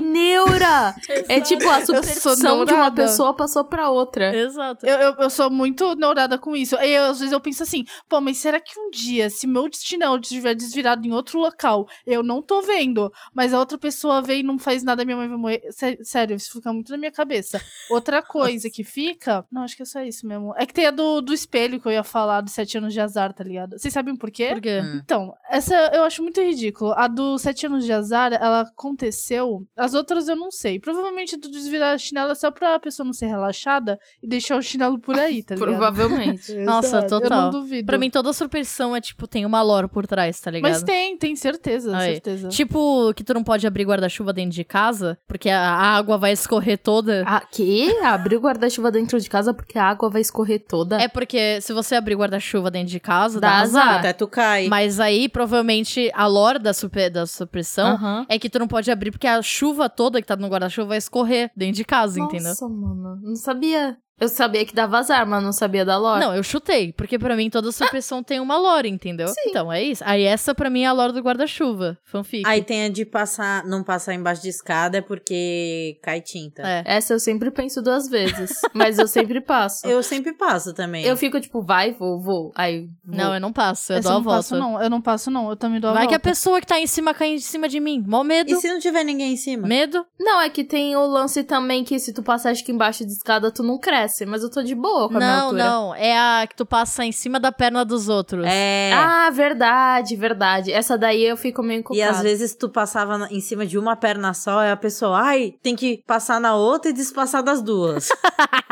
C: (laughs)
D: neura! é tipo a superstição de uma
B: dourada.
D: pessoa passou pra outra.
C: Exato.
B: Eu, eu, eu sou muito neurada com isso. Eu, às vezes eu penso assim, pô, mas será que um dia, se meu é chinelo estiver desvirado em outro local, eu não tô vendo, mas a outra pessoa vem e não faz nada, minha mãe vai morrer. Sé- Sério, isso fica muito na minha cabeça. Outra coisa que fica. Não, acho que é só isso mesmo. É que tem a do, do espelho que eu ia falar, dos sete anos de azar, tá ligado? Vocês sabem por quê?
C: Por quê?
E: Hum.
B: Então, essa eu acho muito ridículo. A do Sete Anos de Azar, ela aconteceu. As outras eu não sei. Provavelmente do desvirar a chinela é só pra pessoa não ser relaxada e deixar o chinelo por aí,
C: (laughs)
B: tá ligado?
D: Provavelmente.
C: Nossa,
B: Exato, Eu
C: total.
B: não duvido.
C: Pra mim, toda superstição é, tipo, tem uma lore por trás, tá ligado?
B: Mas tem, tem certeza,
C: Aí.
B: certeza.
C: Tipo, que tu não pode abrir guarda-chuva dentro de casa, porque a a água vai escorrer toda.
D: (laughs) Ah, que? Abriu o guarda-chuva dentro de casa porque a água vai escorrer toda.
C: É porque se você abrir guarda-chuva dentro de casa, dá,
D: Dá
C: azar.
D: azar.
E: Até tu cai.
C: Ah, Mas aí, provavelmente, a lore da, super, da supressão
D: Aham.
C: é que tu não pode abrir, porque a chuva toda que tá no guarda-chuva vai escorrer dentro de casa, entendeu?
D: Nossa, mano. Não sabia. Eu sabia que dava azar, mas não sabia da lore.
C: Não, eu chutei, porque pra mim toda supressão tem uma lore, entendeu? Então é isso. Aí essa pra mim é a lore do guarda-chuva, fanfic.
E: Aí tem a de passar, não passar embaixo de escada é porque cai tinta.
C: É.
D: Essa eu sempre penso duas vezes. mas eu sempre passo.
E: Eu sempre passo também.
D: Eu fico tipo, vai, vou, vou. Aí. vou.
C: Não, é eu não passo, eu
B: Essa
C: dou a
B: eu não
C: volta.
B: passo, não. Eu não passo, não. Eu também dou a
C: Vai que a
B: volta.
C: pessoa que tá em cima cai em cima de mim. Mó medo.
E: E se não tiver ninguém em cima?
C: Medo?
D: Não, é que tem o lance também que se tu passar acho que embaixo de escada, tu não cresce. Mas eu tô de boa com a minha
C: Não,
D: altura.
C: não. É a que tu passa em cima da perna dos outros.
E: É.
D: Ah, verdade, verdade. Essa daí eu fico meio
E: E
D: encucada.
E: às vezes tu passava na- em cima de uma perna só, e a pessoa, ai, tem que passar na outra e despassar das duas.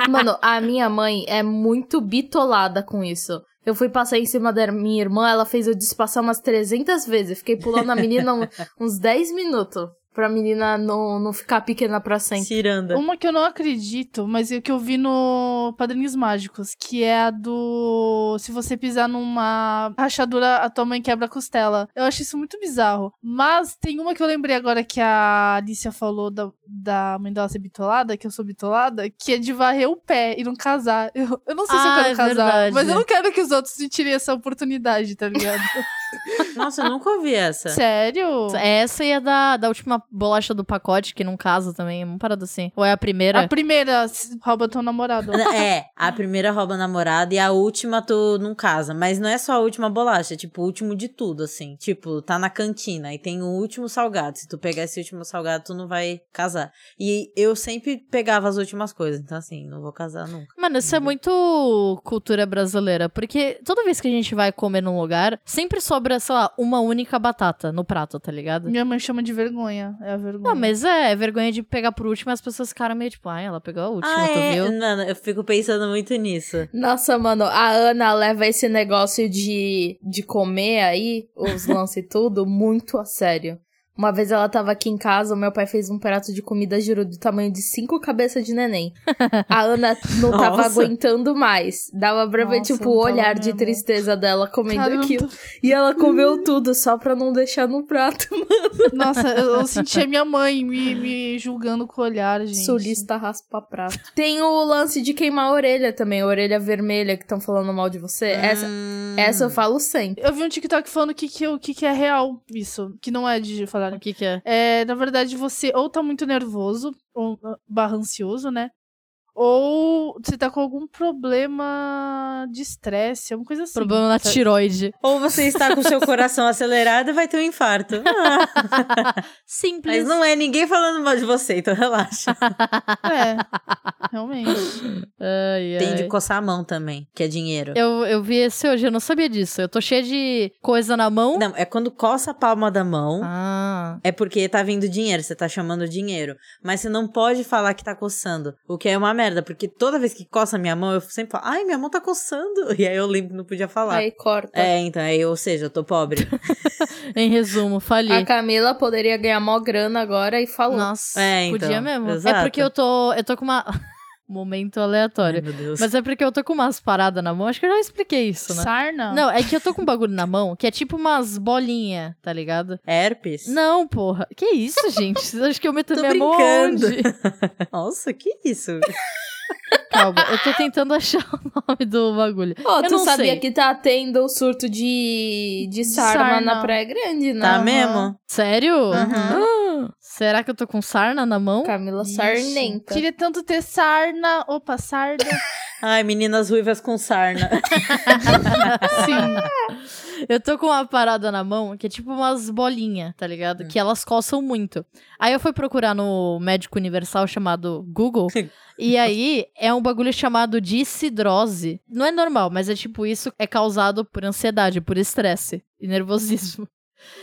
D: Mano, a minha mãe é muito bitolada com isso. Eu fui passar em cima da minha irmã, ela fez eu despassar umas 300 vezes. Eu Fiquei pulando a menina um- (laughs) uns 10 minutos. Pra menina não, não ficar pequena pra sempre.
E: Ciranda.
B: Uma que Um eu não acredito, mas é que eu vi no Padrinhos Mágicos, que é a do. Se você pisar numa rachadura, a tua mãe quebra a costela. Eu acho isso muito bizarro. Mas tem uma que eu lembrei agora que a Alicia falou da, da mãe dela ser bitolada, que eu sou bitolada, que é de varrer o pé e não casar. Eu, eu não sei se eu
C: Ah,
B: quero
C: é
B: casar,
C: verdade. (laughs)
B: mas eu não quero que os outros me tirem essa oportunidade, tá ligado?
E: Nossa, eu nunca ouvi
C: Tá.
E: essa.
B: Sério?
C: É Essa e a da, da última bolacha do pacote, que não casa também, é uma parada assim. Ou é a
E: Ah,
C: primeira?
B: A primeira se rouba teu namorado.
E: É, a primeira rouba a namorada e a última tu não casa. Mas não é só a última bolacha, é tipo o último de tudo, assim. Tipo, tá na cantina e tem o último salgado. Se tu pegar esse último salgado, tu não vai casar. E eu sempre pegava as últimas coisas, então assim, não vou casar nunca.
C: Mano, isso é muito cultura brasileira, porque toda vez que a gente vai comer num lugar, sempre sobra, sei lá, uma única batata no prato, tá
E: Uhum.
C: ligado?
B: Minha mãe chama de vergonha. É a vergonha.
C: Não, mas é, é vergonha de pegar por último e as pessoas ficaram meio tipo, ai, ela pegou a última,
E: ah,
C: tu
E: é?
C: viu?
E: Mano, eu fico pensando muito nisso.
D: Nossa, mano, a Ana leva esse negócio de, de comer aí,
B: (laughs)
D: os lances e tudo, muito a sério. Uma vez ela tava aqui em casa, o meu pai fez um prato de comida juro do tamanho de cinco cabeças de neném. A Ana não tava
E: Nossa.
D: aguentando mais. Dava pra ver,
B: Nossa,
D: tipo,
B: não
D: o
B: tava
D: olhar de
B: mesmo.
D: tristeza dela comendo
B: Caramba.
D: aquilo. E
B: (laughs)
D: ela comeu tudo só pra não deixar no prato.
B: Nossa, eu,
C: (laughs)
B: eu senti a minha mãe me, me julgando com o olhar, gente.
D: Sulista raspa prato. Tem o lance de queimar a orelha também, a orelha vermelha que estão falando mal de você.
B: Ah.
D: Essa,
E: Hum.
D: essa eu falo sempre.
B: Eu vi um TikTok falando que, que, o que, que é real isso. Que não é de falar.
C: O que que é?
B: É, na verdade, você ou tá muito nervoso, ou ah, barra ansioso, né? Ou você tá com algum problema de estresse, alguma coisa assim.
C: Problema
E: Tá.
C: na tiroide.
E: Ou você está com
C: (laughs)
E: seu coração acelerado e vai ter um infarto. Ah,
C: Simples.
E: mas não é ninguém falando mal de você, então relaxa.
B: É, realmente.
C: Ai,
E: Tem
C: ai.
E: de coçar a mão também, que é dinheiro.
C: Eu, eu vi esse hoje, eu não sabia disso. Eu tô cheia de coisa na mão.
E: Não, é quando coça a palma da mão.
C: Ah.
E: É porque tá vindo dinheiro, você tá chamando dinheiro. Mas você não pode falar que tá coçando. O que é uma merda, porque toda vez que coça a minha mão, eu sempre falo, ai, minha mão tá coçando. (laughs) E aí eu lembro que não podia falar.
D: Aí corta.
E: É, então, aí, ou seja, eu
C: (laughs)
E: tô pobre.
C: Em resumo,
D: A
C: falhei.
D: Camila poderia ganhar mó grana agora e falou.
C: Nossa,
E: É, então,
C: podia mesmo. É
E: exato.
C: porque eu tô. Eu tô com uma. (laughs) Momento aleatório.
E: Ai, meu Deus.
C: Mas é porque eu tô com umas paradas na mão. Acho que eu já expliquei (laughs) isso, né?
B: Sarna?
C: Não, é que eu tô com um bagulho na mão que é tipo umas bolinhas, tá ligado?
E: Herpes?
C: Não, porra. Que isso, gente?
E: (laughs)
C: Vocês acham que eu meto
E: Tô
C: minha mão
E: brincando.
C: onde?
E: Nossa, que
C: (laughs)
E: isso?
C: Calma, eu tô tentando achar o nome do bagulho.
D: Ó,
C: Eu
D: tu
C: não
D: sabia
C: sei.
D: que tá tendo o surto de, de sarna,
B: sarna.
D: na Praia Grande, né?
E: tá
D: Aham.
E: mesmo?
C: Sério?
B: Aham.
C: Ah, Será que eu tô com sarna na mão?
D: Camila
B: Ixi,
D: Sarnenta.
B: Queria tanto ter sarna. Opa,
C: (laughs)
B: sarda.
E: Ai, meninas ruivas com sarna.
B: Sim.
C: Eu tô com uma parada na mão que é tipo umas bolinhas, tá ligado? Que elas coçam muito. Aí eu fui procurar no médico universal chamado Google. e aí é um bagulho chamado de cidrose. Não é normal, mas é tipo isso é causado por ansiedade, por estresse e nervosismo. (laughs)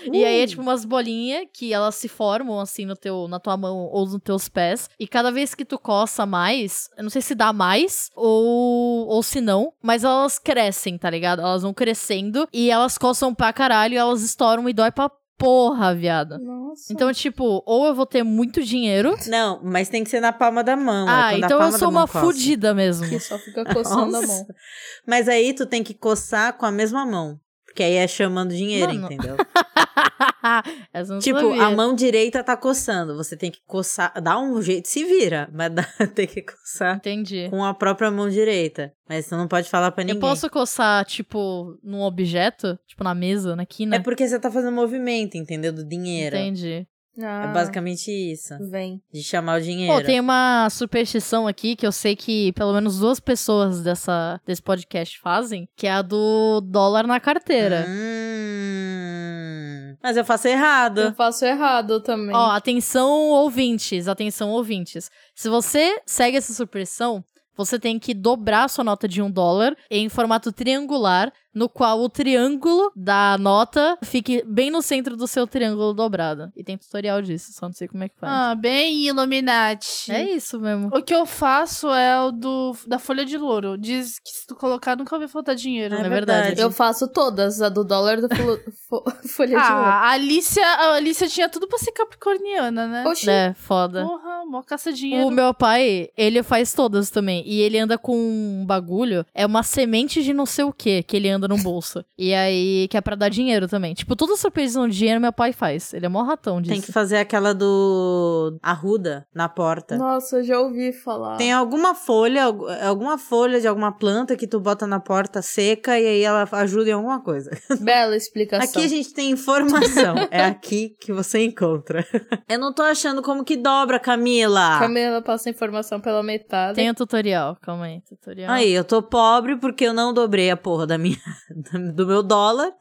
C: E
E: Hum.
C: aí é tipo umas bolinhas que elas se formam assim no teu, na tua mão ou nos teus pés. E cada vez que tu coça mais, eu não sei se dá mais ou, ou se não, mas elas crescem, tá ligado? Elas vão crescendo e elas coçam pra caralho, elas estouram e dói pra porra, viado.
D: Nossa.
C: Então, tipo, ou eu vou ter muito dinheiro.
E: Não, mas tem que ser na palma da mão. é
C: ah,
E: quando a
C: então eu
E: palma da
C: sou
E: mão
C: uma
E: coça.
C: fudida mesmo.
D: Que só fica coçando a mão.
E: Nossa. Mas aí tu tem que coçar com a mesma mão. Porque aí é chamando dinheiro,
C: Mano. (laughs)
E: entendeu?
C: (laughs) Essa eu não
E: Tipo,
C: sabia.
E: a mão direita tá coçando. Você tem que coçar. Dá um jeito, se vira, mas dá, (laughs) tem que coçar
C: Entendi.
E: com a própria mão direita. Mas você não pode falar pra ninguém.
C: Eu posso coçar, tipo, num objeto? Tipo, na mesa, na quina?
E: É porque você tá fazendo movimento, entendeu? Do dinheiro.
C: Entendi.
D: Ah,
E: (laughs) É basicamente isso.
D: Vem.
E: De chamar o dinheiro.
C: Pô, tem uma superstição aqui que eu sei que pelo menos duas pessoas dessa, desse podcast fazem, que é a do dólar na carteira.
E: Hum... Mas eu faço errado.
D: Eu faço errado também.
C: Ó, atenção ouvintes, atenção ouvintes. Se você segue essa superstição, você tem que dobrar sua nota de um dólar em formato triangular, no qual o triângulo da nota fique bem no centro do seu triângulo dobrado. E tem tutorial disso, só não sei como é que faz.
B: Ah, bem Illuminati.
C: É isso mesmo.
B: O que eu faço é o do, da folha de louro. Diz que se tu colocar, nunca vai faltar dinheiro.
E: É
C: é verdade.
E: verdade.
D: eu faço todas, a do dólar do
E: (laughs)
D: folo- fo- (laughs) folha de ouro.
B: Ah, a Alicia, a Alicia tinha tudo pra ser capricorniana,
E: Ah,
B: né?
D: Oxi.
C: É, foda.
B: Porra, mó caça dinheiro.
C: O meu pai, ele faz todas também. E ele anda com um bagulho, é uma semente de não sei o que, que ele venda no
E: (laughs)
C: bolso. e aí, que é pra dar dinheiro também. Tipo, toda surpresa de dinheiro meu pai faz. Ele é mó ratão disso.
E: Tem que fazer aquela do arruda na porta.
D: Nossa, já ouvi falar.
E: Tem alguma folha, algu- alguma folha de alguma planta que tu bota na porta seca e aí ela ajuda em alguma coisa.
D: Bela explicação.
E: Aqui a gente tem informação. é aqui que você encontra. Eu não tô achando como que dobra, Camila.
D: Camila passa a informação pela metade.
C: Tem o tutorial, calma aí, tutorial.
E: Aí, eu tô pobre porque eu não dobrei a porra da minha, (laughs) da- do meu dólar.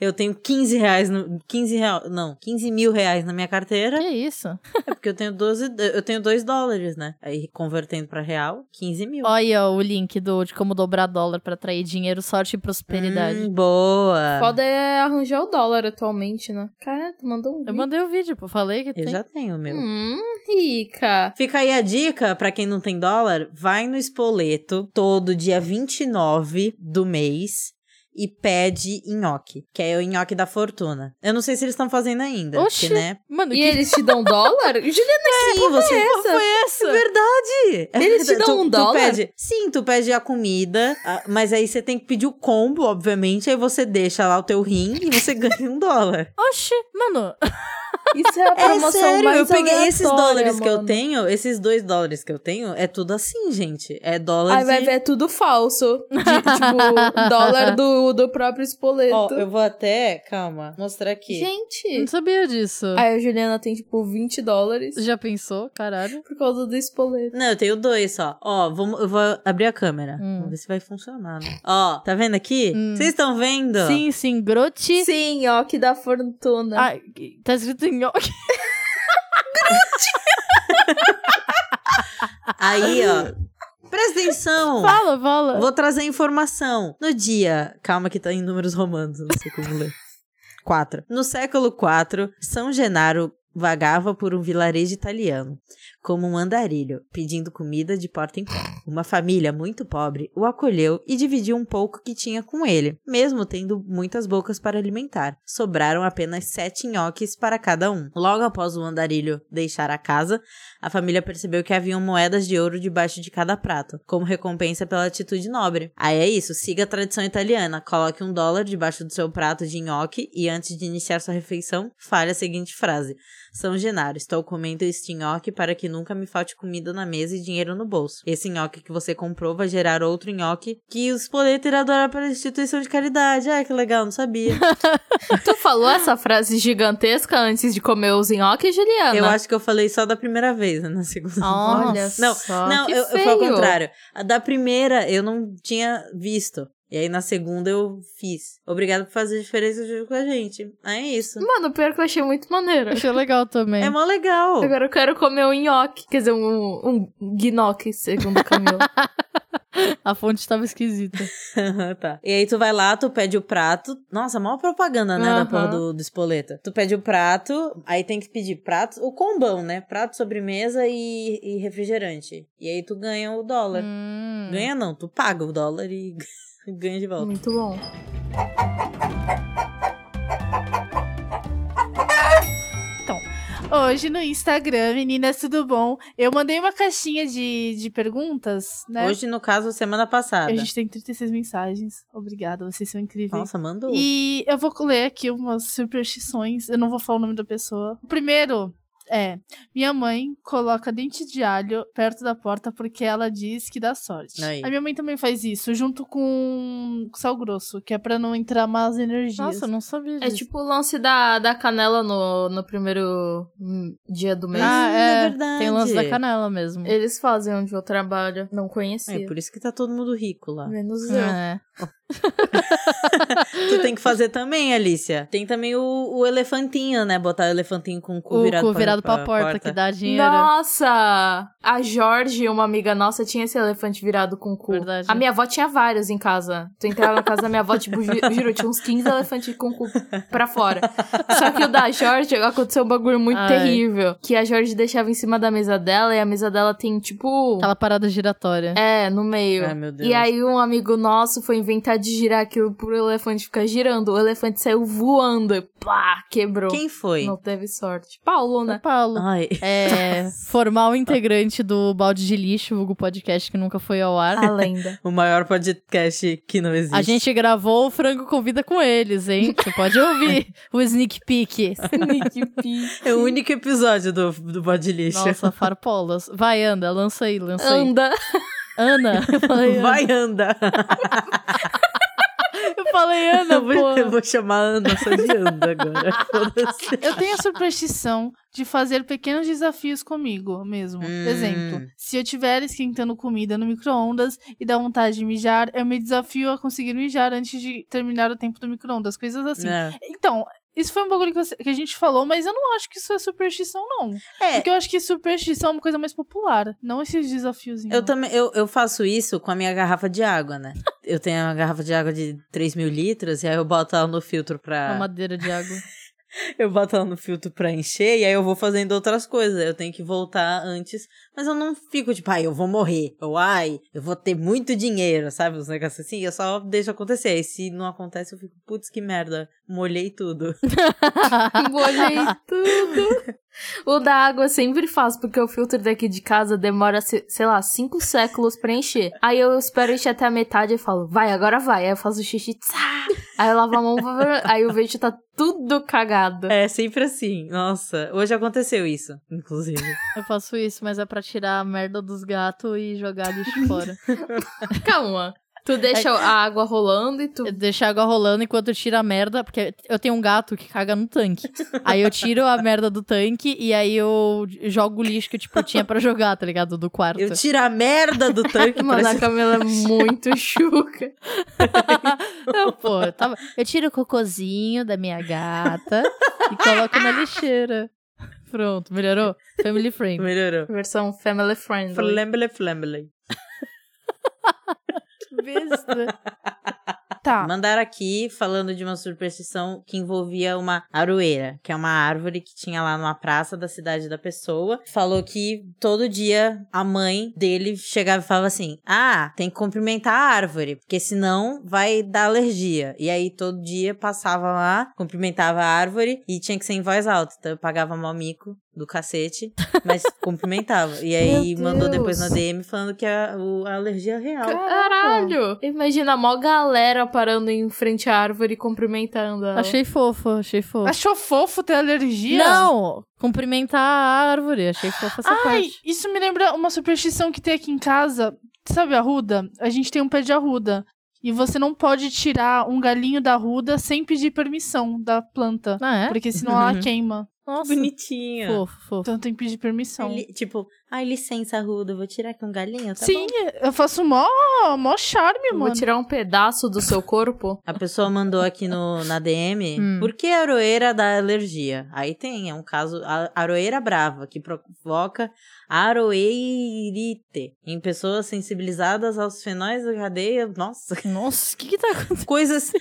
E: Eu tenho 15 reais, no, 15 real, não, 15 mil reais na minha carteira.
C: Que isso?
E: É porque eu tenho 12, eu tenho 2 dólares, né? Aí, convertendo pra real, 15 mil.
C: Olha o link do, de como dobrar dólar pra atrair dinheiro, sorte e prosperidade.
E: Hum, boa.
D: Foda é arranjar o dólar atualmente, né? Cara, tu mandou um
C: Eu
D: vídeo.
C: mandei o vídeo, pô, falei que
E: Eu
C: tem.
E: já tenho o meu.
D: Hum, rica.
E: Fica aí a dica pra quem não tem dólar, vai no Espoleto todo dia 29 do mês e pede nhoque, que é o nhoque da fortuna. Eu não sei se eles estão fazendo ainda,
C: Oxi.
E: porque, né?
C: Mano,
D: E
C: que
D: eles te (laughs) dão dólar? Juliana,
E: Sim, você
D: é essa?
C: foi
E: É
C: essa?
E: verdade. É
D: Eles te
E: verdade.
D: dão um dólar?
E: pede- sim, tu pede a comida, a- mas aí você tem que pedir o combo, obviamente. Aí você deixa lá o teu rim e você (laughs) ganha um dólar.
C: Oxi, mano.
D: Isso é a promoção
E: É sério,
D: mais
E: eu peguei esses
D: aleatória,
E: dólares que eu
D: mano.
E: tenho, esses dois dólares que eu tenho, é tudo assim, gente. É dólar
D: Aí
E: de...
D: vai ver é tudo falso. De, (laughs) tipo, dólar do, do próprio espoleto.
E: Ó, eu vou até, calma, mostrar aqui.
C: Não
D: Gente.
C: sabia disso.
D: Aí a Juliana tem, tipo, 20 dólares
C: Já pensou? Caralho.
D: por causa do espoleto.
E: Não, eu tenho dois só. Ó, vamos, eu vou abrir a câmera.
C: Hum.
E: Vamos ver se vai funcionar. Né? Ó, tá vendo aqui?
C: Hum.
E: Vocês estão vendo?
C: Sim, sim, grote.
D: Sim, ó, que dá fortuna.
C: Ah, que- tá escrito em nhoque.
E: Aí,
D: (laughs)
E: ó. Presta atenção.
C: Fala, fala.
E: Vou trazer informação. No dia. Calma, que tá em números romanos, eu não sei como ler. 4. No século IV, São Genaro vagava por um vilarejo italiano, como um andarilho, pedindo comida de porta em porta. Uma família muito pobre o acolheu e dividiu um pouco que tinha com ele, mesmo tendo muitas bocas para alimentar. Sobraram apenas sete nhoques para cada um. Logo após o andarilho deixar a casa, a família percebeu que haviam moedas de ouro debaixo de cada prato, como recompensa pela atitude nobre. Aí é isso, siga a tradição italiana, coloque um dólar debaixo do seu prato de nhoque e antes de iniciar sua refeição, fale a seguinte frase: São Genaro, estou comendo este nhoque para que nunca me falte comida na mesa e dinheiro no bolso. Esse nhoque que você comprou vai gerar outro nhoque que os poderes irá doar para a instituição de caridade. Ah, que legal, não sabia.
D: Ah, Tu falou essa frase gigantesca antes de comer os nhoques, Juliana?
E: eu acho que eu falei só da primeira vez, né, na segunda.
D: Olha
C: Nossa.
E: Não,
D: só.
E: Não,
D: que
E: eu, eu
D: feio.
E: foi ao contrário. A da primeira eu não tinha visto. E aí na segunda eu fiz. Obrigado por fazer diferença junto com a gente. É isso.
D: Mano, pior que eu achei muito maneiro.
C: Achei legal também.
E: É mó legal.
D: Agora eu quero comer um nhoque. Quer dizer, um, um gnocchi, segundo
C: (laughs)
D: o Camilo.
C: A fonte tava esquisita.
E: (laughs) tá. E aí tu vai lá, tu pede o prato. Nossa, mó propaganda, né? Da
D: Aham.
E: porra do, do espoleta. Tu pede o prato, aí tem que pedir prato, o combão, né? Prato, sobremesa e, e refrigerante. E aí tu ganha o dólar.
C: Hum.
E: Ganha não, tu paga o dólar e (laughs) ganha de volta.
D: muito bom.
B: Hoje no Instagram, meninas, tudo bom? Eu mandei uma caixinha de, de perguntas, né?
E: Hoje, no caso, semana passada.
B: A gente tem 36 mensagens. Obrigada, vocês são incríveis.
E: Nossa, mandou.
B: E eu vou ler aqui umas superstições. Eu não vou falar o nome da pessoa. O primeiro é: Minha mãe coloca dente de alho perto da porta porque ela diz que dá sorte.
E: Aí.
B: A minha mãe também faz isso, junto com sal grosso, que é pra não entrar más energias.
C: Nossa, eu não sabia
D: É
C: disso.
D: tipo o lance da, da canela no, no primeiro hum, dia do mês.
C: Ah, é,
E: é verdade.
C: Tem o lance da canela mesmo.
D: Eles fazem onde eu trabalho. Não conhecia.
E: É por isso que tá todo mundo rico lá.
D: Menos eu.
C: É.
E: Tu tem que fazer também, Alicia. Tem também o, o elefantinho, né? Botar o elefantinho com o cu
C: O
E: virado,
C: cu virado pra, porta, que dá dinheiro.
D: Nossa! A Jorge, uma amiga nossa, tinha esse elefante virado com o cu.
C: É Verdade.
D: A minha avó tinha vários em casa. Tu entrava na casa da minha avó, tipo, gi- girou, tinha uns 15 elefantes com o cu pra fora. Só que o da Jorge aconteceu um bagulho muito
C: Ai.
D: terrível. Que a Jorge deixava em cima da mesa dela e a mesa dela tem, tipo.
C: Aquela parada giratória.
D: É, no meio.
E: Ai, meu Deus.
D: E aí um amigo nosso foi inventar de girar aquilo pro elefante ficar girando. O elefante saiu voando e pá, quebrou.
E: Quem foi?
D: Não teve sorte. Paulo, né?
C: Paulo.
E: Ai.
C: É, formal integrante do balde de lixo, vulgo podcast que nunca foi ao ar.
E: (laughs)
D: A lenda.
E: O maior podcast que não existe.
C: A gente gravou o Frango Convida com eles, hein? Você pode ouvir o sneak peek.
D: Nick Pi.
E: É o único episódio do, do Bode Lixo.
C: Nossa, farpolas. Vai, anda, lança aí, lança aí.
D: Anda.
C: Ana, eu falei Ana.
E: Vai, anda.
C: Eu falei Ana,
E: Eu vou, eu
C: pô.
E: vou chamar a Ana só de anda agora. (laughs) Foda-se.
B: Eu tenho a superstição de fazer pequenos desafios comigo mesmo.
E: Hum.
B: Exemplo, se eu estiver esquentando comida no micro-ondas e dá vontade de mijar, eu me desafio a conseguir mijar antes de terminar o tempo do micro-ondas, coisas assim.
E: É.
B: Então, isso foi um bagulho que, você- que a gente falou, mas eu não acho que isso é superstição, não.
E: É.
B: Porque eu acho que superstição é uma coisa mais popular, não esses né? desafios.
E: Eu também, eu, eu faço isso com a minha garrafa de água, né? Eu tenho uma garrafa de água de 3 mil litros e aí eu boto ela no filtro
C: Uma
E: pra... (laughs)
C: madeira de água.
E: Eu boto ela no filtro pra encher e aí eu vou fazendo outras coisas. Eu tenho que voltar antes. Mas eu não fico tipo, ai, eu vou morrer. Ou ai, eu vou ter muito dinheiro, sabe? Uns negócios assim. Eu só deixo acontecer. E se não acontece, eu fico, putz, que merda. Molhei tudo. (laughs)
D: Engolei tudo. O da água eu sempre faço, porque o filtro daqui de casa demora, se- sei lá, cinco séculos pra encher. Aí eu espero encher até a metade e falo, vai, agora vai. Aí eu faço xixi, tsá. Aí eu lavo a mão, aí eu vejo que tá tudo cagado.
E: É sempre assim. Nossa, hoje aconteceu isso,
D: (laughs)
E: inclusive.
C: Eu faço isso, mas é pra tirar a merda dos gatos e jogar lixo fora.
D: Calma. Tu deixa a água rolando e tu...
C: Eu deixo a água rolando enquanto eu tiro a merda, porque eu tenho um gato que caga no tanque. Aí eu tiro a merda do tanque e aí eu jogo o lixo que tipo, eu tinha pra jogar, tá ligado? Do quarto.
E: Eu tiro a merda do tanque.
D: (laughs) Mano, a
E: parece-
D: Camila é muito chuca.
C: (laughs) Não, pô, eu, tava... eu tiro o cocôzinho da minha gata e coloco na lixeira. Pronto, melhorou? Family friend.
E: Melhorou.
D: Versão family friendly.
E: Flambele, flambele.
B: Besta.
D: Ah.
B: tá.
E: Mandaram aqui falando de uma superstição que envolvia uma aroeira, que é uma árvore que tinha lá numa praça da cidade da pessoa. Falou que todo dia a mãe dele chegava e falava assim: Ah, tem que cumprimentar a árvore, porque senão vai dar alergia. E aí todo dia passava lá, cumprimentava a árvore e tinha que ser em voz alta. Então eu pagava mal mico do cacete,
D: (laughs)
E: mas cumprimentava. E aí
D: Meu
E: mandou depois na
D: Deus.
E: DM falando que a, o- a alergia é real.
D: Caralho! Imagina a maior galera parando em frente à árvore e cumprimentando ela.
C: Achei fofo, achei fofo.
B: Achou fofo ter alergia?
C: Não! Cumprimentar a árvore, achei fofo essa
B: Ai,
C: parte.
B: isso me lembra uma superstição que tem aqui em casa. Sabe a arruda? A gente tem um pé de arruda. E você não pode tirar um galinho da arruda sem pedir permissão da planta. né?
C: Ah, é?
B: Porque senão ela queima.
C: Nossa,
E: Bonitinha.
C: fofo, fofo.
B: Então tem que pedir permissão.
E: Li- tipo, ai, licença, Ruda, eu vou tirar aqui um galinho, tá
B: Sim,
E: bom?
B: eu faço mó, mó charme,
D: Eu Vou
B: mano.
D: tirar um pedaço do seu corpo.
E: A pessoa mandou aqui no, na DM,
C: Hum.
E: por que a aroeira dá alergia? Aí tem, é um caso, a aroeira brava, que provoca aroeirite em pessoas sensibilizadas aos fenóis da cadeia, nossa, (laughs)
C: Nossa, o que que tá acontecendo?
E: coisas,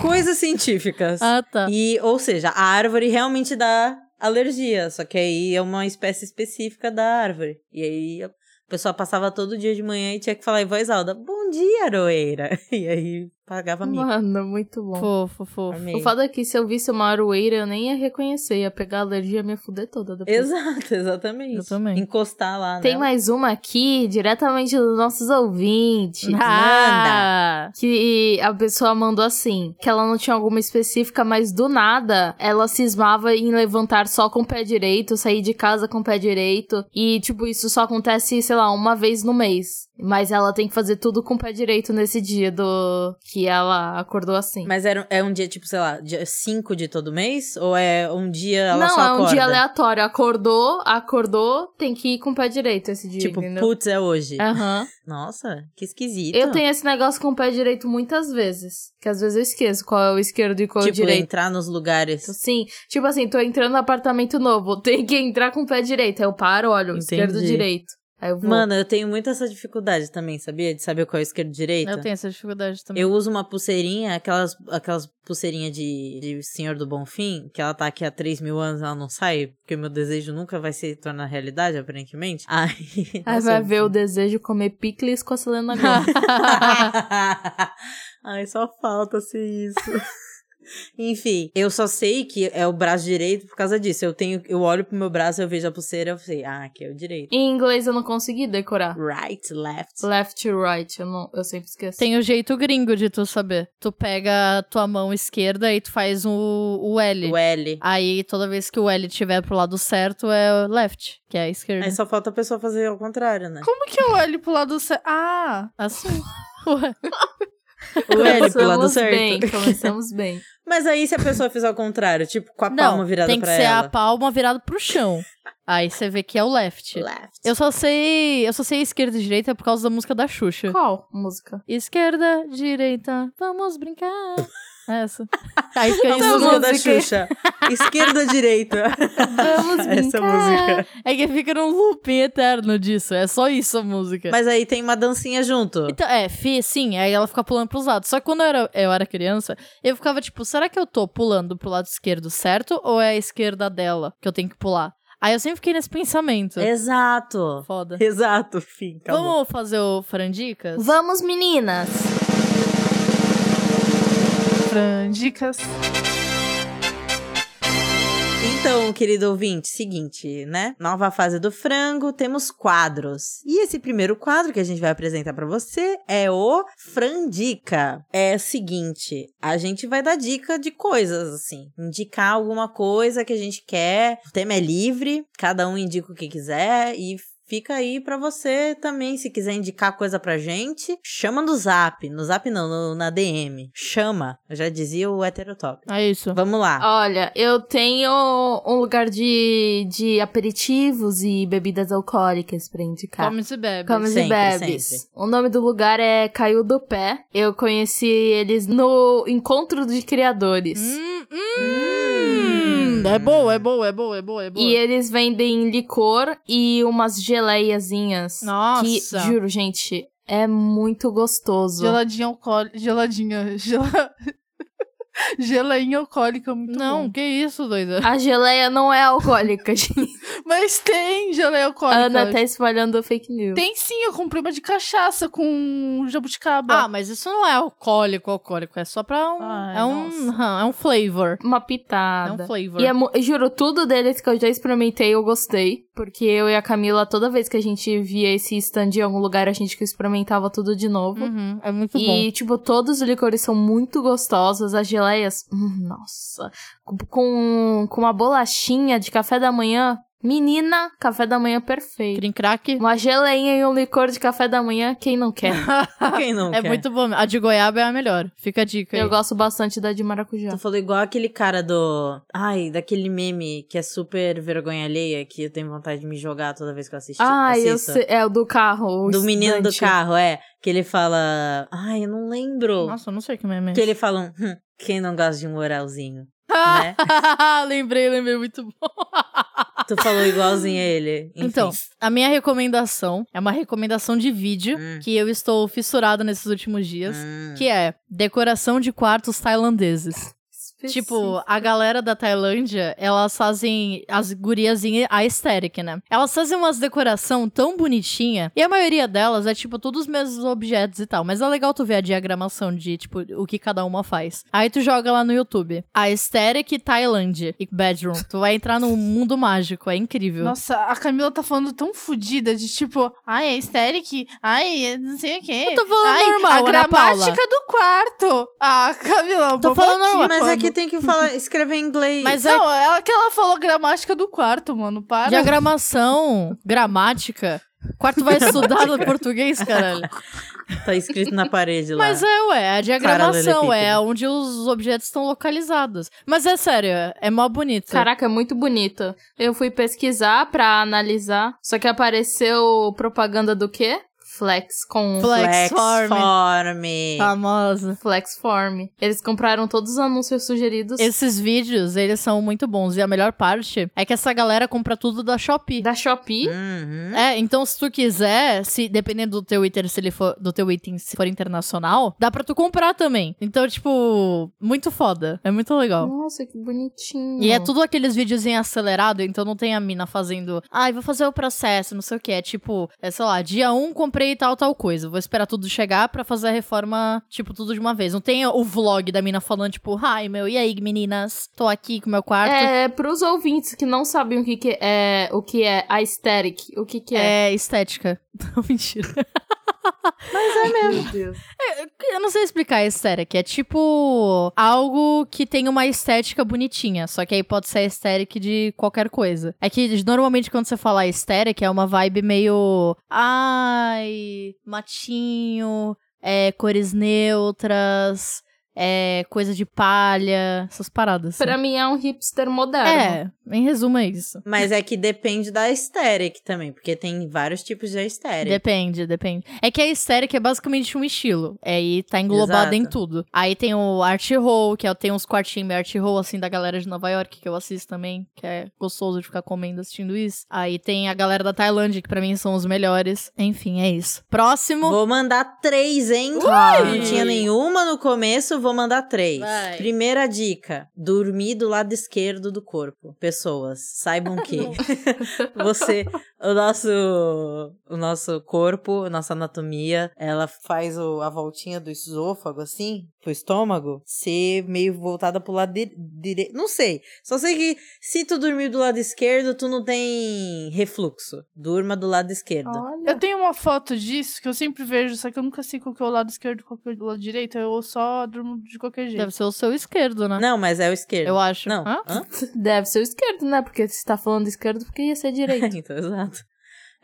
E: coisas científicas.
C: Ah, tá.
E: E, é ou seja, a árvore realmente dá alergia, só que aí é uma espécie específica da árvore. E aí a pessoa passava todo dia de manhã e tinha que falar em voz alta: Bom dia, aroeira! (laughs) E aí pagava mico.
D: Mano, muito bom.
C: Fofo, fofo.
E: Amei.
D: O fato é que se eu visse uma aroeira, eu nem ia reconhecer. Ia pegar alergia e me fuder toda depois.
E: Exato, exatamente.
C: Eu também.
E: Encostar lá. né?
D: Tem
E: nela.
D: mais uma aqui, diretamente dos nossos ouvintes.
C: Ah,
D: Que a pessoa mandou assim, que ela não tinha alguma específica, mas do nada ela cismava em levantar só com o pé direito, sair de casa com o pé direito. E, tipo, isso só acontece, sei lá, uma vez no mês. Mas ela tem que fazer tudo com o pé direito nesse dia do que ela acordou assim.
E: Mas era, é um dia, tipo, sei lá, dia 5 de todo mês? Ou é um dia ela
D: não,
E: só
D: é um
E: acorda?
D: dia aleatório. Acordou, acordou, tem que ir com o pé direito esse dia.
E: Tipo,
D: entendeu?
E: putz, é hoje.
D: Aham.
E: Nossa, que esquisito.
D: Eu tenho esse negócio com o pé direito muitas vezes. Que às vezes eu esqueço qual é o esquerdo e qual é o
E: Tipo,
D: direito.
E: entrar nos lugares.
D: Sim, tipo (laughs) assim, tô entrando no apartamento novo, tem que entrar com o pé direito. Aí eu paro, olho,
E: Entendi.
D: esquerdo, direito. Aí eu vou.
E: Mano, eu tenho muito essa dificuldade também, sabia? De saber qual é esquerda e direita.
C: Eu tenho essa dificuldade também.
E: Eu uso uma pulseirinha, aquelas, aquelas pulseirinhas de, de Senhor do Bom Fim, que ela tá aqui há 3 mil anos ela não sai, porque meu desejo nunca vai se tornar realidade, aparentemente. (laughs) Aí, assim,
D: Aí
E: nossa,
D: vai
E: eu-
D: ver o desejo de comer picles e escocelando na gama.
E: (laughs) Ai, só falta ser isso. (laughs) Enfim, eu só sei que é o braço direito por causa disso. Eu tenho, eu olho pro meu braço, eu vejo a pulseira, eu sei, ah, aqui é o direito.
D: em inglês eu não consegui decorar.
E: Right, left.
D: Left to right, eu, não, eu sempre esqueço.
C: Tem o jeito gringo de tu saber. Tu pega a tua mão esquerda e tu faz o, o L.
E: O L.
C: Aí toda vez que o L estiver pro lado certo é left, que é a esquerda.
E: Aí só falta a pessoa fazer ao
C: (laughs)
E: contrário, né?
B: Como que eu olho pro lado certo? Ah!
C: Assim.
E: (laughs) O L pro lado
D: Começamos
E: certo.
D: bem,
E: (laughs)
D: começamos bem.
E: Mas aí se a pessoa fizer ao contrário, tipo, com a palma
C: Não,
E: virada
C: tem que
E: pra
C: ser
E: ela.
C: a palma virada pro chão. Aí você vê que é o left.
E: Left.
C: Eu só sei, eu só sei esquerda e direita por causa da música da Xuxa.
D: Qual música?
C: Esquerda, direita, vamos
E: (laughs)
C: brincar. Essa. Aí fica
E: Então A
C: isso.
E: música, da
D: música.
C: (laughs)
E: Xuxa. Esquerda, direita.
D: Vamos
E: (laughs) Essa música.
C: É que fica num looping eterno disso. É só isso a música.
E: Mas aí tem uma dancinha junto.
C: Então, é, fi, sim, aí ela fica pulando pros lados. Só que quando eu era, eu era criança, eu ficava tipo, será que eu tô pulando pro lado esquerdo certo ou é a esquerda dela que eu tenho que pular? Aí eu sempre fiquei nesse pensamento.
E: É, Exato.
C: Foda.
E: Exato, fim. acabou.
C: Vamos fazer o Frandicas?
D: Vamos, meninas!
B: Fran, dicas.
E: Então, querido ouvinte, seguinte, né? Nova fase do frango, temos quadros. E esse primeiro quadro que a gente vai apresentar pra você é o Frandica. É o seguinte, a gente vai dar dica de coisas, assim. Indicar alguma coisa que a gente quer. O tema é livre, cada um indica o que quiser e Fica aí pra você também, se quiser indicar coisa pra gente, chama no zap. No zap não, no- na DM. Chama, Eu já dizia o heterotop.
C: É isso.
E: Vamos lá.
D: (laughs) Olha, eu tenho um lugar de, de aperitivos e bebidas alcoólicas pra
B: Tá.
D: indicar.
C: Come se bebe.
D: Comes e
E: Sempre,
D: Bebes.
E: sempre.
D: O nome do lugar é Caiu do Pé. Eu conheci eles no Encontro de Criadores.
C: Hum, hum. É
E: (laughs)
C: boa, é boa, é boa, é boa, é boa.
D: E eles vendem licor e umas geleiazinhas.
C: Nossa.
D: Que, juro, gente, é muito gostoso.
B: Geladinha alcoólica. Geladinha. Gela... (laughs) Geleinha alcoólica é muito
C: Não,
B: bom.
C: que isso, doida.
D: A geleia não é alcoólica, (laughs) gente.
B: Mas tem geleia
D: A
B: alcoólica.
D: Ana tá espalhando fake news.
B: Tem sim, eu comprei uma de cachaça com jabuticaba.
C: Ah, mas isso não é alcoólico, alcoólico. É só pra um.
B: Ai,
C: é, um é um flavor.
D: Uma
C: É um
D: pitada.
C: flavor.
D: E é mu- eu juro, tudo deles que eu já experimentei, eu gostei. Porque eu e a Camila, toda vez que a gente via esse stand em algum lugar, a gente experimentava tudo de novo.
E: Hum,
C: Uhum, é muito bom.
D: E, tipo, todos os licores são muito gostosos. As geleias, hum, nossa. Com, com uma bolachinha de café da manhã. Menina, café da manhã perfeito.
C: Cream crack.
D: Uma geleinha e um licor de café da manhã, quem
E: (laughs)
D: não quer?
E: Ah, Quem não
C: É
E: quer?
C: muito bom. A de goiaba é a melhor. Fica a dica aí.
D: Eu gosto bastante da de maracujá.
E: Tu falou igual aquele cara do. Ai, daquele meme que é super vergonha alheia, que eu tenho vontade de me jogar toda vez que eu assisti.
D: Ah, eu
E: assisto.
D: sei. É o do carro. o
E: Do menino do
D: estudante.
E: carro, é. Que ele fala. Ai, eu não lembro.
C: Nossa, eu não sei que meme é
E: Que ele fala um. "Hum, quem não gosta de
C: (laughs)
E: um oralzinho? né?
C: Ah, (laughs) lembrei, lembrei. Muito bom.
E: Tu falou igualzinho a ele. Enfim.
C: Então, a minha recomendação é uma recomendação de vídeo
E: Hum.
C: que eu estou fissurada nesses últimos dias.
E: Hum.
C: Que é decoração de quartos tailandeses. Tipo, a galera da Tailândia, elas fazem as guriazinhas aesthetic, né? Elas fazem umas decoração tão bonitinha. E a maioria delas é, tipo, todos os mesmos objetos e tal. Mas é legal tu ver a diagramação de, tipo, o que cada uma faz. Aí tu joga lá no YouTube. Aesthetic Tailândia e Bedroom. Tu vai entrar num mundo mágico. É incrível.
B: Nossa, a Camila tá falando tão fodida de tipo, ai, é estéric, ai, é não sei o quê.
C: Eu tô falando
B: ai,
C: normal,
B: a
C: Ana Paula.
B: gramática do quarto. Ah, Camila,
C: Tô
B: vamos
C: falando
B: aqui,
C: normal. é
E: Mas
B: mano.
E: aqui tem que falar, escrever em inglês.
C: Mas é
B: Não, ela que ela falou gramática do quarto, mano. Para.
C: diagramação, gramática. Quarto vai estudar
B: (laughs)
C: português, caralho.
E: Tá escrito
C: (laughs)
E: na parede lá.
C: Mas é, ué, é a diagramação, é
E: Paralelepípedo.
C: onde os objetos estão localizados. Mas é sério, é mó bonito.
D: Caraca, é muito bonito. Eu fui pesquisar pra analisar, só que apareceu propaganda do quê? Flex com
C: Flexform.
E: Flexform.
C: Tá. Famosa.
D: Flexform. Eles compraram todos os anúncios sugeridos
C: Esses vídeos, eles são muito bons. E a melhor parte é que essa galera compra tudo da Shopee.
D: da Shopee.
E: Uhum.
C: É, então se tu quiser, se dependendo do teu item, se ele for, do teu item se for internacional, dá pra tu comprar também. Então, tipo, muito foda. É muito legal.
D: Nossa, que bonitinho.
C: E é tudo aqueles vídeos em acelerado, então não tem a mina fazendo, ai, vou fazer o processo, não sei o que. É tipo, é, sei lá, dia 1 comprei tal, tal coisa. Vou esperar tudo chegar pra fazer a reforma, tipo, tudo de uma vez. Não tem o vlog da mina falando, tipo, ai, meu, e aí, meninas? Tô aqui com meu quarto.
D: É, pros ouvintes que não sabem o que, que é o que é aesthetic, o que, que é.
C: É estética. (laughs) Não, mentira.
D: (laughs) Mas é mesmo. Meu Deus.
C: Eu não sei explicar a estética. É tipo algo que tem uma estética bonitinha. Só que aí pode ser a estética de qualquer coisa. É que normalmente quando você fala estética, é uma vibe meio. Ai, matinho, é, cores neutras, é, coisa de palha, essas paradas. assim.
D: Pra mim é um hipster moderno.
C: É, em resumo é isso.
E: Mas é que depende da aesthetic também, porque tem vários tipos de aesthetic.
C: Depende, depende. É que a estética é basicamente um estilo. É, e tá englobado
E: Exato.
C: em tudo. Aí tem o art roll, que é, tem uns quartinhos meio art roll, assim, da galera de Nova York, que eu assisto também, que é gostoso de ficar comendo assistindo isso. Aí tem a galera da Tailândia, que pra mim são os melhores. Enfim, é isso. Próximo.
E: Vou mandar três, hein?
C: Ui!
E: Não tinha nenhuma no começo, vou mandar três.
C: Vai.
E: Primeira dica: dormir do lado esquerdo do corpo. Pessoas, saibam
C: (laughs)
E: que (laughs) você, o nosso, o nosso corpo, a nossa anatomia, ela faz o- a voltinha do esôfago assim, pro estômago, ser meio voltada pro lado direito. Não sei. Só sei que se tu dormir do lado esquerdo, tu não tem refluxo. Durma do lado esquerdo.
B: Eu tenho uma foto disso que eu sempre vejo, só que eu nunca sei qual que é o lado esquerdo e qual que é o lado direito. Eu só durmo de qualquer jeito.
C: Deve ser o seu esquerdo, né?
E: Não, mas é o esquerdo.
C: Eu acho.
E: Não.
C: Hã?
E: Hã? (laughs)
D: Deve ser o esquerdo, né? Porque se tá falando esquerdo, porque ia ser direito.
E: então, exato.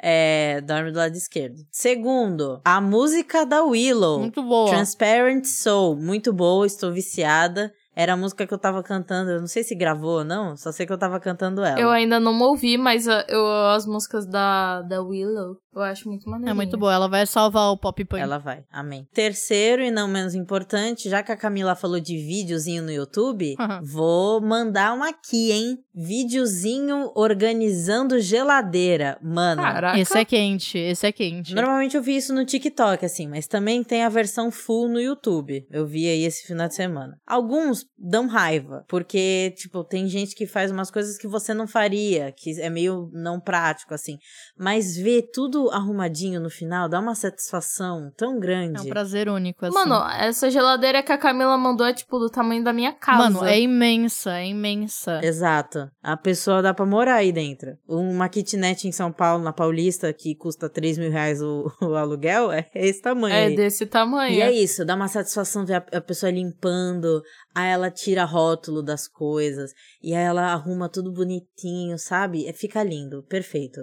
E: É, dorme do lado esquerdo. Segundo, a música da Willow.
C: Muito boa.
E: Transparent Soul. Muito boa, estou viciada. Era a música que eu tava cantando. Eu não sei se gravou ou não, só sei que eu tava cantando ela.
C: Então.
D: Eu ainda não ouvi, mas ah, eu, as músicas da, da Willow eu acho muito maneiro.
C: É muito boa. Ela vai salvar o pop punk.
E: Ela vai, amém. Terceiro e não menos importante, já que a Camila falou de videozinho no YouTube,
C: Aham.
E: vou mandar um aqui, hein? Videozinho organizando geladeira. Mano,
D: Caraca.
C: Esse é quente, esse é quente.
E: Normalmente eu vi isso no TikTok, assim, mas também tem a versão full no YouTube. Eu vi aí esse final de semana. Alguns dão raiva, porque, tipo, tem gente que faz umas coisas que você não faria, que é meio não prático, assim. Mas ver tudo arrumadinho no final dá uma satisfação tão grande.
C: É um prazer único, assim.
D: Mano, essa geladeira que a Camila mandou é tipo do tamanho da minha casa.
C: Mano, é imensa, é imensa.
E: Exato. A pessoa dá pra morar aí dentro. Uma kitnet em São Paulo, na Paulista, que custa 3 mil reais o, (laughs) o aluguel, é esse tamanho.
D: É
E: aí.
D: desse tamanho.
E: E é isso, dá uma satisfação ver a, a pessoa limpando, aí ela tira rótulo das coisas, e aí ela arruma tudo bonitinho, sabe? É, fica lindo, perfeito.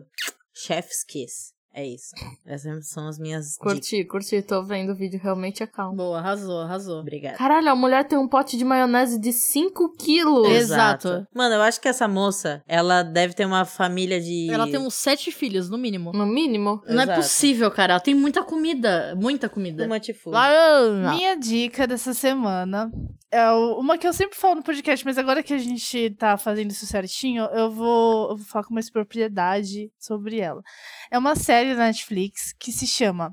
E: Chef's kiss. É isso. Essas são as minhas dicas.
D: Curti, curti. Tô vendo o vídeo, realmente é calmo.
C: Boa, arrasou, arrasou.
E: Obrigada.
D: Caralho, a mulher tem um pote de maionese de 5 quilos.
C: Ex- Exato.
E: Mano, eu acho que essa moça, ela deve ter uma família de.
C: Ela tem um uns sete filhos, no mínimo.
D: No mínimo.
C: Não é
E: Exato.
C: possível, cara. Ela tem muita comida. Muita comida.
E: Uma tifu.
C: Lá-
B: Minha dica dessa semana é o- uma que eu sempre falo no podcast, mas agora que a gente tá fazendo isso certinho, eu vou, eu vou falar com mais propriedade sobre ela. É uma série da Netflix que se chama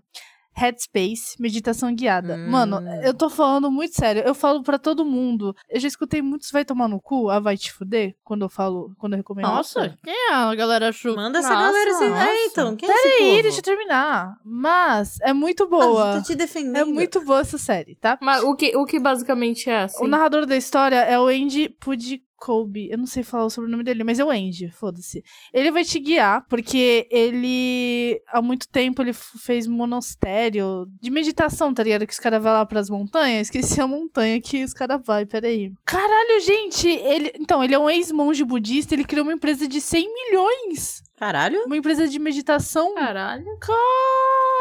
B: Headspace, meditação guiada.
E: Hum.
B: Mano, eu tô falando muito sério. Eu falo pra todo mundo. Eu já escutei muitos vai tomar no cu, ah, vai te fuder, quando eu falo, quando eu recomendo.
C: Nossa, quem é a galera chuva?
E: Manda essa
D: Nossa,
E: galera assim.
D: nossa.
E: É, então, quem é esse
B: Peraí,
E: povo?
B: deixa eu terminar. Mas é muito
E: Ah,
B: boa.
E: tô te defendendo.
B: É muito boa essa série, tá?
D: Mas o que, o que basicamente é assim?
B: O narrador da história é o Andy Pudikobe. Eu não sei falar o sobrenome dele, mas é o Andy, foda-se. Ele vai te guiar, porque ele, há muito tempo, ele f- fez monastério de meditação, tá ligado? Que os caras vão lá pras montanhas. Esqueci a montanha que os caras vão, peraí. Caralho, gente! Ele... Então, ele é um ex-monge budista, ele criou uma empresa de 100 milhões!
E: Caralho.
B: Uma empresa de meditação.
D: Caralho.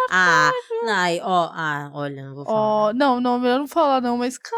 E: Ah, ai, ó, ah, olha, não vou falar.
B: Ó, não, não, melhor não falar não, mas cara,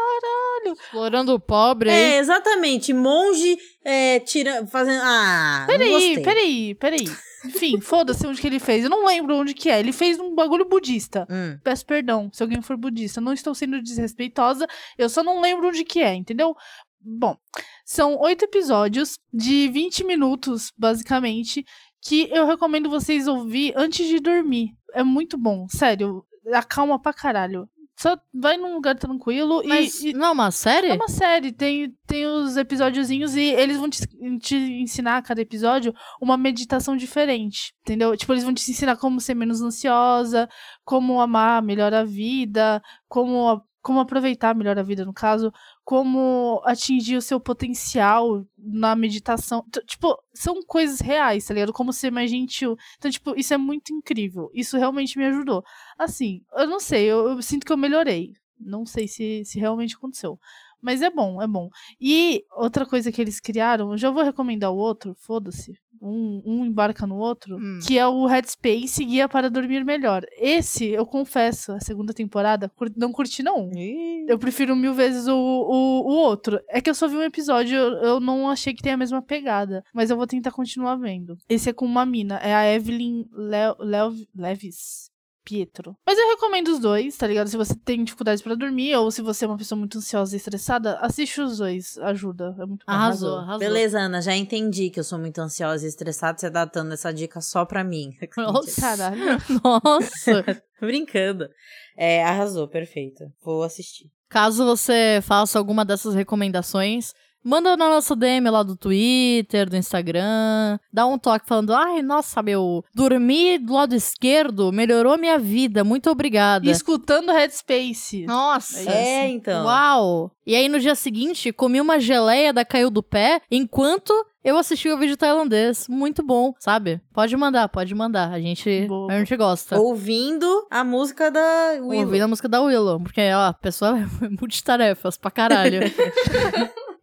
C: Explorando o pobre aí.
E: É, exatamente. Monge é, tira, fazendo. Ah, não
B: peraí,
E: gostei.
B: peraí, peraí.
E: (laughs)
B: Enfim, foda-se onde que ele fez. Eu não lembro onde que é. Ele fez um bagulho budista.
E: Hum.
B: Peço perdão se alguém for budista. Não estou sendo desrespeitosa. Eu só não lembro onde que é, entendeu? Bom, são oito episódios de 20 minutos, basicamente, que eu recomendo vocês ouvir antes de dormir. É muito bom, sério. Acalma pra caralho. Só vai num lugar tranquilo e-
C: Mas
B: e
C: não é uma série?
B: é
E: (laughs)
B: uma série, tem, tem os episódiozinhos e eles vão te, te ensinar a cada episódio uma meditação diferente, entendeu? Tipo, eles vão te ensinar como ser menos ansiosa, como amar melhor a vida, como, a- como aproveitar melhor a vida, no caso, como atingir o seu potencial na meditação. T- Tipo, são coisas reais, tá ligado? Como ser mais gentil. Então, tipo, isso é muito incrível. Isso realmente me ajudou. Assim, eu não sei, eu, eu sinto que eu melhorei. Não sei se, se realmente aconteceu. Mas é bom, é bom. E outra coisa que eles criaram, eu já vou recomendar o outro, foda-se. Um, um embarca no outro,
C: Hum.
B: que é o Headspace Guia para Dormir Melhor. Esse, eu confesso, a segunda temporada, cur- não curti não.
E: Ih,
B: Eu prefiro mil vezes o, o, o outro. É que eu só vi um episódio, eu, eu não achei que tem a mesma pegada. Mas eu vou tentar continuar vendo. Esse é com uma mina, é a Evelyn Le Lev- Levis. Pietro. Mas eu recomendo os dois, tá ligado? Se você tem dificuldades pra dormir ou se você é uma pessoa muito ansiosa e estressada, assiste os dois, ajuda, é muito bom.
C: Arrasou, arrasou.
E: Beleza, Ana, já entendi que eu sou muito ansiosa e estressada. Você tá dando essa dica só
C: (laughs)
E: pra mim. (laughs)
C: Nossa.
B: Caralho.
C: Nossa.
E: Brincando. É, arrasou, perfeito. Vou assistir.
C: Caso você faça alguma dessas recomendações, manda na nossa DM lá do Twitter, do Instagram. Dá um toque falando: ai, nossa, meu, dormi do lado esquerdo, melhorou minha vida, muito obrigada.
B: E escutando Headspace.
C: Nossa.
E: É, então.
C: Uau! E aí, no dia seguinte, comi uma geleia da Caiu do Pé enquanto eu assisti o vídeo tailandês. Muito bom, sabe? Pode mandar, pode mandar. A gente,
B: Boa.
C: a gente gosta.
E: Ouvindo a música da Willow.
C: Ouvindo a música da Willow, porque, ó, a pessoa é (laughs) multitarefas pra caralho.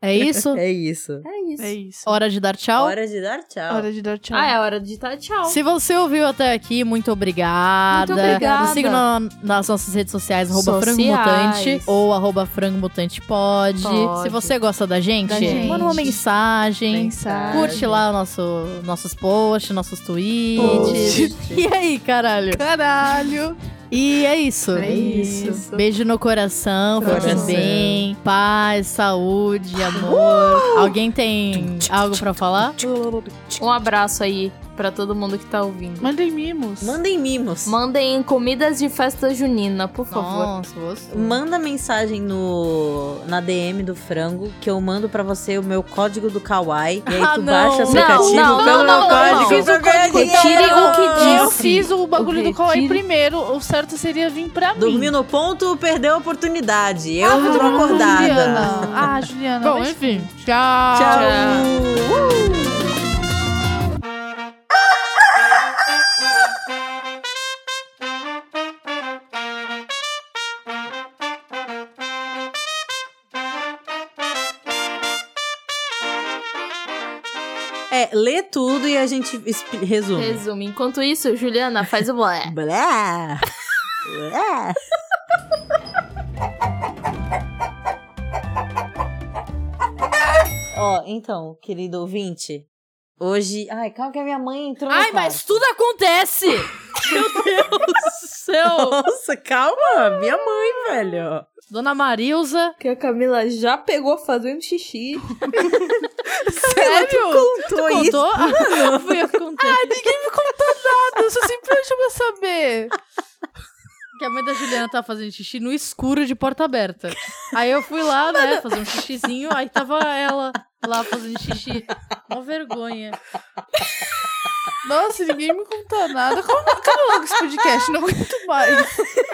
C: é isso?
E: É isso.
D: É isso.
B: É isso.
C: Hora de dar tchau.
E: Hora de dar tchau.
B: Hora de dar tchau.
D: Ah, é hora de dar tchau.
C: Se você ouviu até aqui, muito obrigada.
D: Muito obrigada.
C: Nos siga na- nas nossas redes sociais, arroba
D: Sociais.
C: frango mutante ou arroba frango mutante pode.
D: Pode.
C: Se você gosta da gente,
B: Da gente.
C: manda uma mensagem.
B: Mensagem.
C: Curte lá o nosso, nossos posts, nossos tweets.
B: Post.
C: (laughs) E aí, caralho?
B: Caralho.
C: E é isso.
B: É isso.
C: Beijo no coração,
E: Coração.
C: fiquem bem. Paz, saúde, amor. Alguém tem algo pra falar?
D: Um abraço aí pra todo mundo que tá ouvindo.
B: Mandem mimos.
E: Mandem mimos.
D: Mandem comidas de festa junina, por favor.
C: Nossa, gostoso.
E: Manda mensagem no na DM do frango que eu mando pra você o meu código do Kawaii. E aí
C: Ah,
E: tu
C: não.
E: baixa o
C: Não,
E: aplicativo
D: não,
E: pelo
D: não, não,
E: meu
D: não.
E: código.
D: Fiz
E: pra ganhar dinheiro.
D: Tire o que
B: Eu
D: disse.
B: fiz o bagulho
D: O quê?
B: do Kawaii
D: Tire-
B: primeiro. O certo seria vir pra mim.
E: Dormiu no ponto, perdeu a oportunidade. Eu
B: Ah,
E: tô acordada.
B: Juliana. Ah, Juliana.
C: Bom,
B: mas-
C: enfim. Tchau.
E: Tchau. É, lê tudo e a gente expli- resume.
D: Resumo. Enquanto isso, Juliana, faz o blé.
E: Blá. Blá. Ó, então, querido ouvinte, hoje. Ai, calma que a minha mãe entrou. no
C: Ai, mas
E: quarto.
C: tudo acontece!
E: (laughs)
D: Seu!
E: Nossa, calma! Minha mãe, velho.
C: Dona Marilza.
D: Que a Camila já pegou fazendo xixi.
C: Sério?
E: Contou isso.
B: (laughs)
C: Contou? Ah, não, fui eu que contei.
B: Eu só sempre acho pra saber.
C: Que a mãe da Juliana tava fazendo xixi no escuro de porta aberta. Aí eu fui lá, né, fazer um xixizinho, aí tava ela lá fazendo xixi. Uma vergonha.
B: Nossa, ninguém me conta nada. Como acaba logo esse podcast? Não aguento mais.